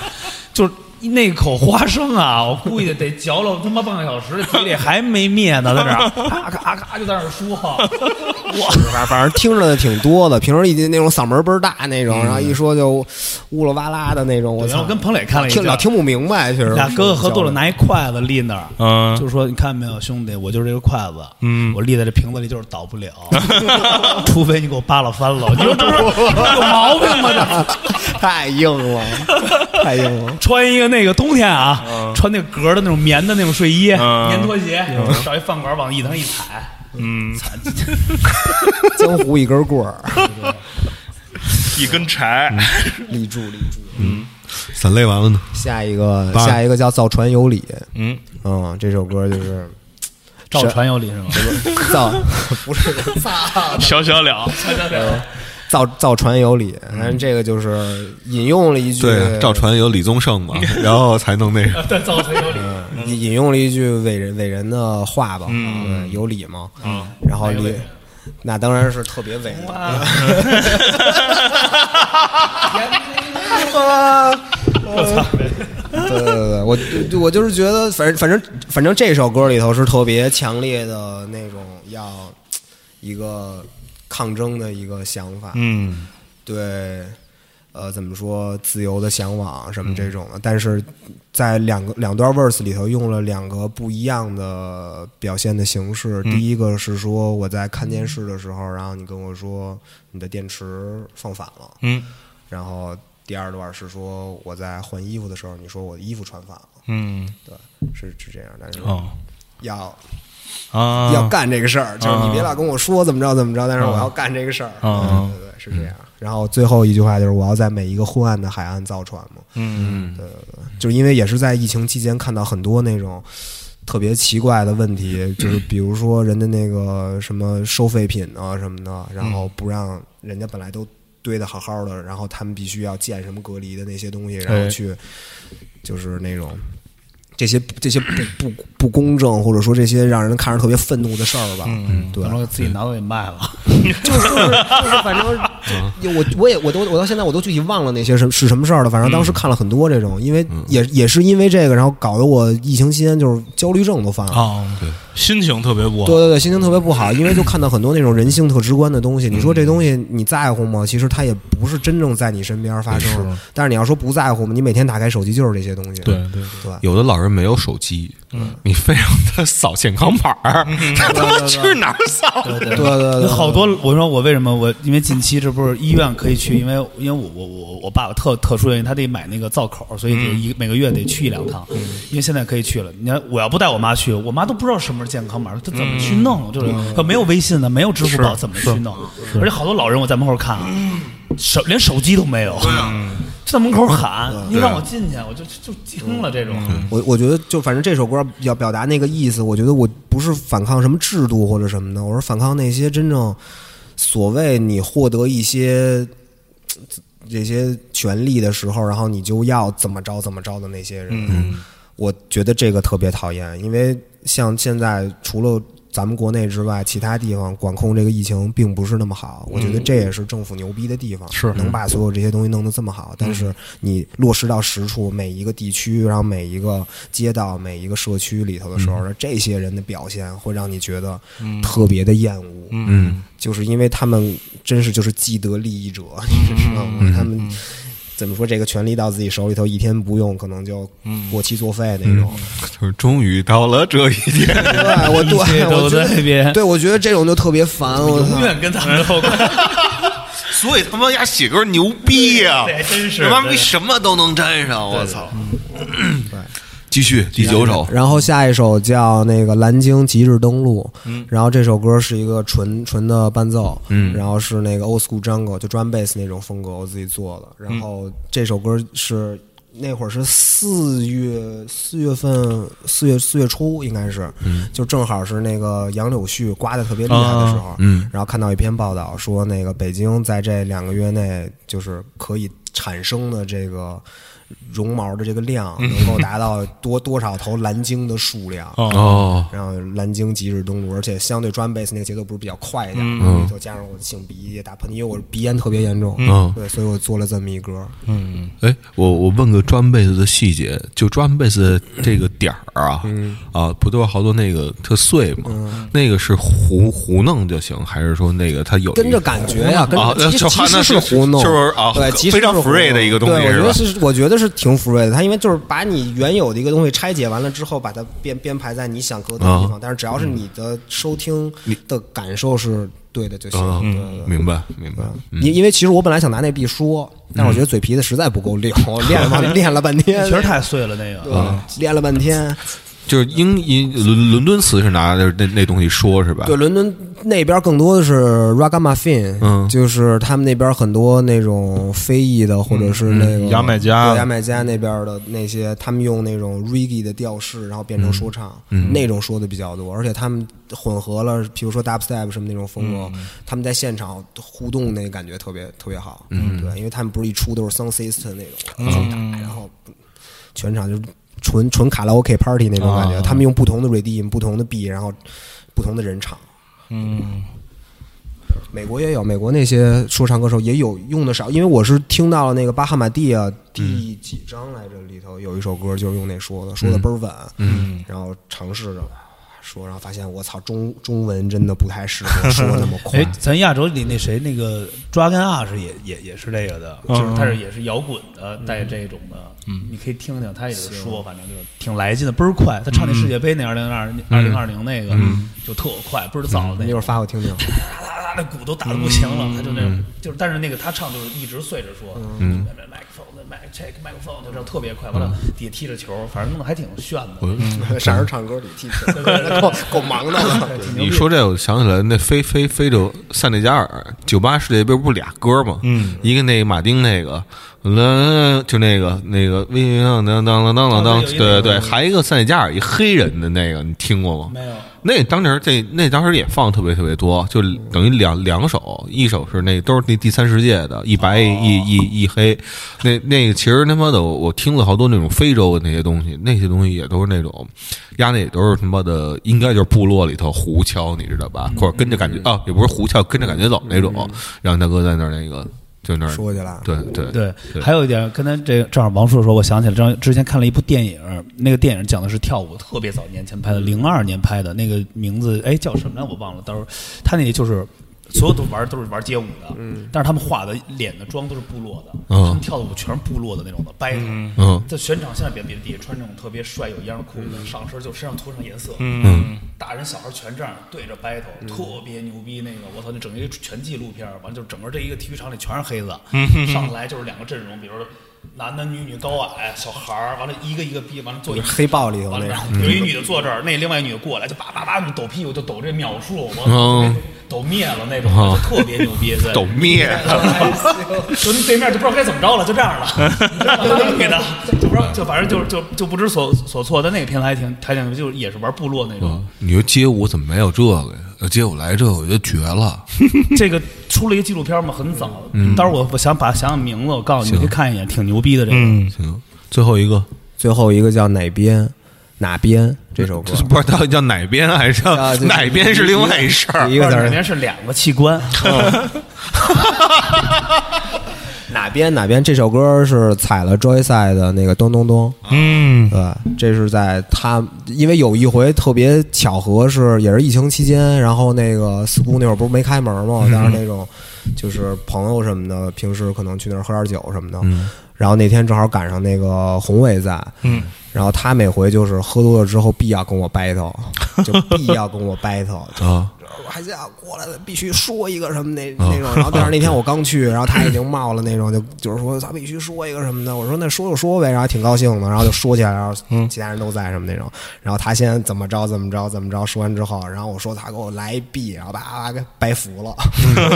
Speaker 5: 就是。那口花生啊，我估计得嚼了他妈半个小时，这嘴里还没灭呢，在那儿咔咔咔就在那儿说，我
Speaker 4: 反反正听着的挺多的。平时一那种嗓门倍儿大那种，然后一说就呜啦哇啦的那种，我
Speaker 5: 嗯然
Speaker 4: 操
Speaker 5: 后，跟彭磊看了一
Speaker 4: 听
Speaker 5: 下
Speaker 4: 老，听不明白，确实。
Speaker 5: 俩哥哥合 作了，拿一筷子立那儿，
Speaker 2: 嗯
Speaker 5: 就说你看没有，兄弟，我就是这个筷子，
Speaker 2: 嗯
Speaker 5: 我立在这瓶子里就是倒不了， 除非你给我扒拉翻了，你说这不是有毛病吗？这
Speaker 4: 太 硬了，太硬了。
Speaker 5: 穿一个那个冬天啊，穿那个格儿的那种棉的那种睡衣、
Speaker 2: 嗯
Speaker 5: 棉拖鞋，找一饭馆往椅子上一踩，
Speaker 2: 嗯，
Speaker 4: 江湖一根棍儿，
Speaker 2: 一根柴，
Speaker 4: 立住立住。
Speaker 1: 散雷完了呢？
Speaker 4: 下一个，
Speaker 1: 八
Speaker 4: 下一个叫《造船有理》。
Speaker 2: 嗯，
Speaker 4: 嗯，这首歌就是
Speaker 5: 赵传有理是吗？
Speaker 4: 造，不是造
Speaker 2: 小小了，
Speaker 4: 造造船有理，反正这个就是引用了一句，
Speaker 1: 对，啊赵传有李宗盛嘛，然后才能那个。
Speaker 5: 对，赵传有理，
Speaker 4: 引引用了一句伟人伟人的话吧，啊
Speaker 2: 嗯
Speaker 4: 对，有理嘛，
Speaker 2: 嗯，
Speaker 4: 然后
Speaker 5: 哪个伟
Speaker 4: 你
Speaker 5: 人
Speaker 4: 那当然是特别伟的， 对对对，我我就是觉得，反正反正反正这首歌里头是特别强烈的那种要一个抗争的一个想法，
Speaker 2: 嗯
Speaker 4: 对，呃，怎么说自由的向往什么这种的，但是在两个两段 verse 里头用了两个不一样的表现的形式。第一个是说我在看电视的时候，然后你跟我说你的电池放反了，
Speaker 2: 嗯
Speaker 4: 然后第二段是说我在换衣服的时候，你说我的衣服穿反了，
Speaker 2: 嗯，
Speaker 4: 对，是是这样，但是
Speaker 2: 哦
Speaker 4: 要、
Speaker 2: 啊，哦
Speaker 4: 要干这个事儿，就是你别老跟我说怎么着怎么着，但是我要干这个事儿，
Speaker 2: 啊
Speaker 4: 对对对，是这样。然后最后一句话就是我要在每一个昏暗的海岸造船嘛。
Speaker 2: 嗯，
Speaker 4: 就是因为也是在疫情期间看到很多那种特别奇怪的问题，就是比如说人家那个什么收废品啊什么的，然后不让人家本来都堆得好好的，然后他们必须要建什么隔离的那些东西，
Speaker 2: 哎
Speaker 4: 然后去就是那种。这些这些不不不公正，或者说这些让人看着特别愤怒的事儿吧，
Speaker 2: 嗯
Speaker 4: 对，
Speaker 5: 然后自己拿回给卖了，
Speaker 4: 就是就是就是，反 正就我我也我都我到现在我都具体忘了那些什是什么事儿了。反正当时
Speaker 2: 嗯
Speaker 4: 看了很多这种，因为也也是因为这个，然后搞得我疫情期间就是焦虑症都犯了。
Speaker 2: 啊，对，心情特别不好
Speaker 4: 对，对对，心情特别不好，因为就看到很多那种人性特直观的东西。你说这东西你在乎吗？其实它也不是真正在你身边发生
Speaker 2: 是。
Speaker 4: 但是你要说不在乎嘛，你每天打开手机就是这些东西。
Speaker 2: 对对
Speaker 4: 对吧，
Speaker 1: 有的老人没有手机，
Speaker 4: 嗯
Speaker 1: 你非让他扫健康码儿，他他妈去哪儿扫？
Speaker 4: 对对
Speaker 5: 有
Speaker 4: 对，
Speaker 5: 好多，我说我为什么我因为近期这不是医院可以去，因为因为我我我我爸爸特特殊原因，他得买那个造口，所以得一每个月得去一两趟。因为现在可以去了，你看我要不带我妈去，我妈都不知道什么是健康码，她怎么去弄？就是她没有微信的，没有支付宝，怎么去弄？而且好多老人我在门口看啊，手连手机都没有，就在门口喊，
Speaker 4: 嗯
Speaker 5: 你让我进去，我就就就惊了这种。
Speaker 4: 我我觉得就反正这首歌要表达那个意思，我觉得我不是反抗什么制度或者什么的，我是反抗那些真正所谓你获得一些嘖这些权利的时候，然后你就要怎么着怎么着的那些人。我觉得这个特别讨厌，因为像现在除了。咱们国内之外，其他地方管控这个疫情并不是那么好，
Speaker 1: 嗯
Speaker 4: 我觉得这也是政府牛逼的地方，
Speaker 2: 是
Speaker 4: 能把所有这些东西弄得这么好。但
Speaker 1: 嗯
Speaker 4: 是你落实到实处，每一个地区，然后每一个街道、每一个社区里头的时候，
Speaker 1: 嗯
Speaker 4: 这些人的表现会让你觉得特别的厌恶，
Speaker 1: 嗯，
Speaker 4: 就是因为他们真是就是既得利益者，
Speaker 1: 嗯
Speaker 4: 你知道吗？他们怎么说，这个权利到自己手里头，一天不用可能就
Speaker 5: 嗯
Speaker 4: 过期作废那种。
Speaker 1: 就是终于到了这一天，
Speaker 4: 对，我
Speaker 5: 嗯 一切
Speaker 4: 对，
Speaker 5: 都
Speaker 4: 我觉
Speaker 5: 在
Speaker 4: 得，
Speaker 5: 变，
Speaker 4: 对我觉得这种就特别烦，我操
Speaker 5: 永远跟咱们 有关。
Speaker 1: 所以他妈丫写歌牛逼啊呀
Speaker 5: 对真是对
Speaker 1: 什么都能沾上，我操！
Speaker 4: 嗯
Speaker 1: 继续第九首，
Speaker 4: 然后下一首叫那个《蓝鲸极致登陆》，嗯，然后这首歌是一个纯纯的伴奏，嗯，然后是那个 old school jungle 就 drum bass 那种风格，我自己做的。然后这首歌是那会儿是四月四月份四月四月初应该是，嗯，就正好是那个杨柳絮刮的特别厉害的时候，嗯，然后看到一篇报道说那个北京在这两个月内就是可以产生的这个。绒毛的这个量能够达到多多少头蓝鲸的数量，
Speaker 1: 嗯哦，
Speaker 4: 然后蓝鲸极致登陆，而且相对 drum bass 那个节奏不是比较快一点
Speaker 1: 嗯
Speaker 4: 吗，里头加上我擤鼻涕、打喷嚏，因为我鼻炎特别严重，
Speaker 1: 嗯
Speaker 4: 对，所以我做了这么一歌，
Speaker 1: 哎，我我问个专贝斯的细节，就专贝斯这个点儿啊，
Speaker 4: 嗯
Speaker 1: 啊，不都有好多那个特碎吗？那个是胡胡弄就行，还是说那个它有一个
Speaker 4: 跟着感觉呀、跟
Speaker 1: 啊
Speaker 4: 着其
Speaker 1: 就
Speaker 4: 实
Speaker 1: 还
Speaker 4: 其
Speaker 1: 那
Speaker 4: 实
Speaker 1: 是
Speaker 4: 胡弄，
Speaker 1: 就是啊
Speaker 4: 对，其实
Speaker 1: 非常
Speaker 4: 是胡弄
Speaker 1: free 的一个东西
Speaker 4: 对我觉
Speaker 1: 是吧
Speaker 4: 得是，我觉得是挺 free 的，它因为就是把你原有的一个东西拆解完了之后，把它编编排在你想搁的
Speaker 1: 啊
Speaker 4: 地方，但是只要是你的收听的感受是对的就行，
Speaker 1: 嗯啊
Speaker 4: 对对对。
Speaker 1: 明白明白，
Speaker 4: 因因为其实我本来想拿那币说，但是我觉得嘴皮子实在不够溜，我练了练了半天，
Speaker 5: 确实太碎了那个。
Speaker 4: 对练了半天。
Speaker 1: 就是英英伦伦敦词是拿那那那东西说是吧？
Speaker 4: 对，伦敦那边更多的是 ragamuffin，
Speaker 1: 嗯
Speaker 4: 就是他们那边很多那种非裔的或者是那个
Speaker 2: 牙买加
Speaker 4: 对牙买加那边的那些，他们用那种 reggae 的调式，然后变成说唱，那种说的比较多，而且他们混合了，比如说 dubstep 什么那种风格，他们在现场互动那感觉特别特别好，嗯，对，因为他们不是一出都是 sound system 那种，巨大，然后全场就是纯纯卡拉 OK party 那种感觉，他们用不同的 redeem、不同的 B，然后不同的人场。嗯，美国也有，美国那些说唱歌手也有用的少，因为我是听到了那个巴哈马蒂啊第几章来着里头有一首歌就是用那说的，说的倍儿稳，嗯，然后尝试着说，然后发现我操中中文真的不太适合说那么 快
Speaker 5: 哎，，咱亚洲里那谁那个 Dragon Ash 也也也是这个的，就是他是也是摇滚的，带这种的，嗯你可以听听，他也是说，反正就是挺来劲的，倍儿快。他唱那世界杯那二零二二零二零那个就特快，倍儿早那
Speaker 4: 一
Speaker 5: 个
Speaker 4: 会儿，发我听听。
Speaker 5: 哒哒哒
Speaker 3: 那鼓都打的不行了，他就那种，就是但是那个他唱就是一直碎着说，嗯，麦克风，麦 check 麦克风，就这样特别快，完了底下踢着球，反正弄得还挺炫的。
Speaker 1: 我
Speaker 4: 上人唱歌里踢球，够够忙的了。
Speaker 1: 你说这，我想起来那非非非洲塞内加尔九八世界杯不是俩歌吗？嗯，一个那个马丁那个，啦就那个那个微微当当当当当当，对对对，还一个塞内加尔一黑人的那个，你听过吗？
Speaker 3: 没有，
Speaker 1: 那当时这那当时也放特别特别多，就等于两两首，一首是那都是那第三世界的，一白一一一黑，那那个其实他妈的我我听了好多那种非洲的那些东西，那些东西也都是那种，压那也都是他妈的应该就是部落里头胡敲，你知道吧？或者跟着感觉啊，也不是胡敲，跟着感觉走那种，让大哥在那儿那个就那儿
Speaker 4: 说起来，
Speaker 1: 对对
Speaker 5: 对，还有一点，刚才这正好王硕说，我想起来，正之前看了一部电影，那个电影讲的是跳舞，特别早年前拍
Speaker 1: 嗯
Speaker 5: 的，零二年拍的，那个名字哎叫什么来我忘了，到时候他那个就是所有都玩都是玩街舞的，但是他们化的脸的妆都是部落的，
Speaker 1: 嗯
Speaker 5: 他们跳的舞全是部落的那种的 battle，、
Speaker 1: 嗯
Speaker 3: 在全场现在别别底下穿那种特别帅有样的裤子，上身就身上涂上颜色，
Speaker 2: 嗯，
Speaker 3: 大人小孩全这样对着 battle，、特别牛逼。那个我操，那整一个全纪录片儿，完了就整个这一个体育场里全是黑子，上来就是两个阵容，比如说男男女女高矮小孩儿，完了一个一个逼，完了坐一
Speaker 4: 黑豹里头
Speaker 3: 完
Speaker 4: 那
Speaker 3: 了，然后
Speaker 4: 个，
Speaker 3: 有一女的坐这儿，那另外一女的过来就叭叭叭抖屁股，就抖这秒数，我
Speaker 1: 嗯
Speaker 3: 抖灭了那种，
Speaker 1: 哦
Speaker 3: 就特别牛逼，对
Speaker 1: 抖灭
Speaker 3: 哎就对面就不知道该怎么着了，就这样了， 就那给的，就不知道，就反正就就就不知所所措。但那个片子还挺还挺，就是也是玩部落那种。
Speaker 1: 嗯你说街舞怎么没有这个呀？要街舞来这个我就绝了，
Speaker 3: 这个出了一个纪录片嘛，很早，
Speaker 4: 嗯
Speaker 3: 待会儿我我想把想想名字，我告诉你，你去看一眼，挺牛逼的这个。
Speaker 2: 嗯，
Speaker 1: 行，最后一个。
Speaker 4: 最后一个叫哪边哪边这首 歌
Speaker 1: 这，不知道叫哪边还是叫
Speaker 4: 啊就是
Speaker 1: 哪边是另外一事儿。
Speaker 4: 一个字
Speaker 3: 里
Speaker 4: 儿
Speaker 3: 面是两个器官，
Speaker 4: 哪边哪边这首歌是采了 Joyce 的那个咚咚咚，
Speaker 2: 嗯，
Speaker 4: 对，这是在他，因为有一回特别巧合是，也是疫情期间，然后那个 school 那会儿不是没开门
Speaker 2: 嗯
Speaker 4: 嘛，当时那种就是朋友什么的，平时可能去那儿喝点酒什么的，然后那天正好赶上那个宏伟在，
Speaker 2: 嗯，
Speaker 4: 然后他每回就是喝多了之后必要跟我 battle，就必要跟我 battle，
Speaker 1: 啊，
Speaker 4: 我还想过来了，必须说一个什么那那种。然后但是那天我刚去，然后他已经冒了那种，就就是说他必须说一个什么的。我说那说就说呗，然后挺高兴的，然后就说起来，然后其他人都在什么那种。然后他先怎么着怎么着怎么着，说完之后，然后我说他给我来一 B，然后叭叭叭给白服了，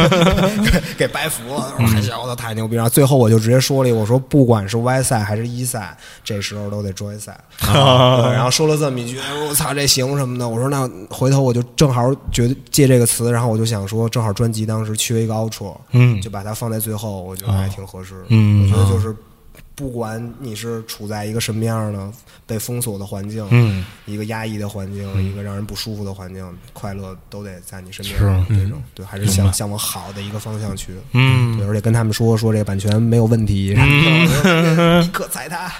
Speaker 4: 给给白服了。我说还行，我操太牛逼。然后最后我就直接说了一个，我说不管是 Y 赛还是一赛，这时候都得追 E 赛。对，然后说了这么一句，哎我说我操，这行什么的。我说那回头我就正好觉得借这个词，然后我就想说，正好专辑当时缺一个 outro，
Speaker 2: 嗯哦
Speaker 4: 就把它放在最后，我觉得还挺合适的。
Speaker 2: 嗯
Speaker 4: 我觉得就是不管你是处在一个什么样的被封锁的环境，
Speaker 2: 嗯，
Speaker 4: 一个压抑的环境，一个让人不舒服的环境，快乐都得在你身边。这种对，还是向向往好的一个方向去。
Speaker 2: 嗯
Speaker 4: 对，而且跟他们说说这个版权没有问题，嗯、立刻踩它。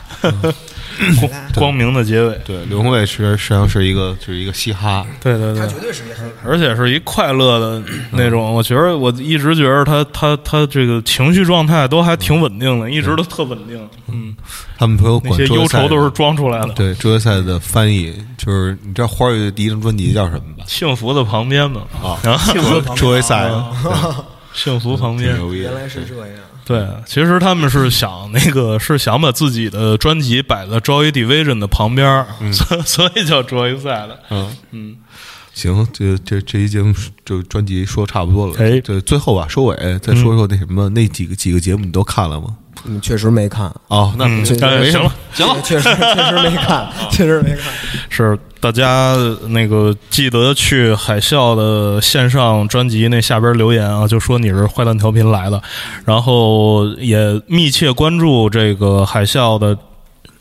Speaker 2: 光
Speaker 4: 嗯
Speaker 2: 光明的结尾，
Speaker 1: 对，刘宏伟实实际上是一个就是一个嘻哈，
Speaker 2: 对对对
Speaker 4: 他，绝对是一个很
Speaker 2: 而且是一快乐的那种。我觉得我一直觉得他他他这个情绪状态都还挺稳定的，一直都特稳定。嗯，
Speaker 1: 他们朋友
Speaker 2: 那
Speaker 1: 管
Speaker 2: 些
Speaker 1: 周
Speaker 2: 忧
Speaker 1: 杰赛
Speaker 2: 愁都是装出来的。
Speaker 1: 对周杰赛的翻译，就是你知道花儿乐队第一张专辑叫什么吧？
Speaker 2: 幸福的旁边嘛，
Speaker 1: 啊，
Speaker 2: 幸
Speaker 1: 周杰赛
Speaker 2: 啊
Speaker 1: 啊
Speaker 2: 幸福旁
Speaker 1: 挺
Speaker 2: 边。
Speaker 1: 牛逼
Speaker 4: 原
Speaker 1: 的，
Speaker 4: 来是这样。
Speaker 2: 对，其实他们是想那个，是想把自己的专辑摆在 Joy Division 的旁边儿，所、 所以叫 Joy 赛的。
Speaker 1: 嗯。
Speaker 2: 嗯，
Speaker 1: 行，这这这一节目就专辑说差不多了。
Speaker 2: 哎嗯
Speaker 1: 对，最后吧，收尾再说说那什么，那几个几个节目你都看了吗？
Speaker 4: 嗯，确实没看，
Speaker 1: 哦，那
Speaker 2: 嗯
Speaker 1: 没
Speaker 2: 当然
Speaker 1: 没什么
Speaker 2: 行了
Speaker 1: 行了，
Speaker 4: 确实确实没看，确实没看。
Speaker 2: 是大家那个记得去海啸的线上专辑那下边留言啊，就说你是坏蛋调频来的，然后也密切关注这个海啸的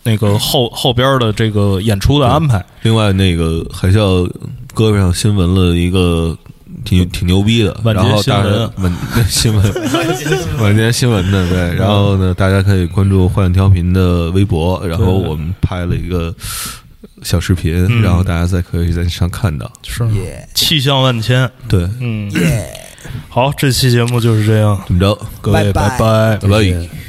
Speaker 2: 那个后后边的这个演出的安排。
Speaker 1: 另外，那个海啸胳膊上新闻了一个挺挺牛逼的，
Speaker 2: 晚间
Speaker 1: 然后大
Speaker 2: 新闻
Speaker 1: 家晚新闻，晚间新闻的对。然后呢，大家可以关注幻想调频的微博，然后我们拍了一个小视频，然后大家再可以在上看到。
Speaker 2: 嗯是
Speaker 4: 嗯
Speaker 2: 吗气象万千。
Speaker 1: 对，
Speaker 2: 嗯，好，这期节目就是这样，
Speaker 1: 怎么着？各
Speaker 2: 各位
Speaker 4: 拜拜
Speaker 2: 拜
Speaker 1: 拜拜。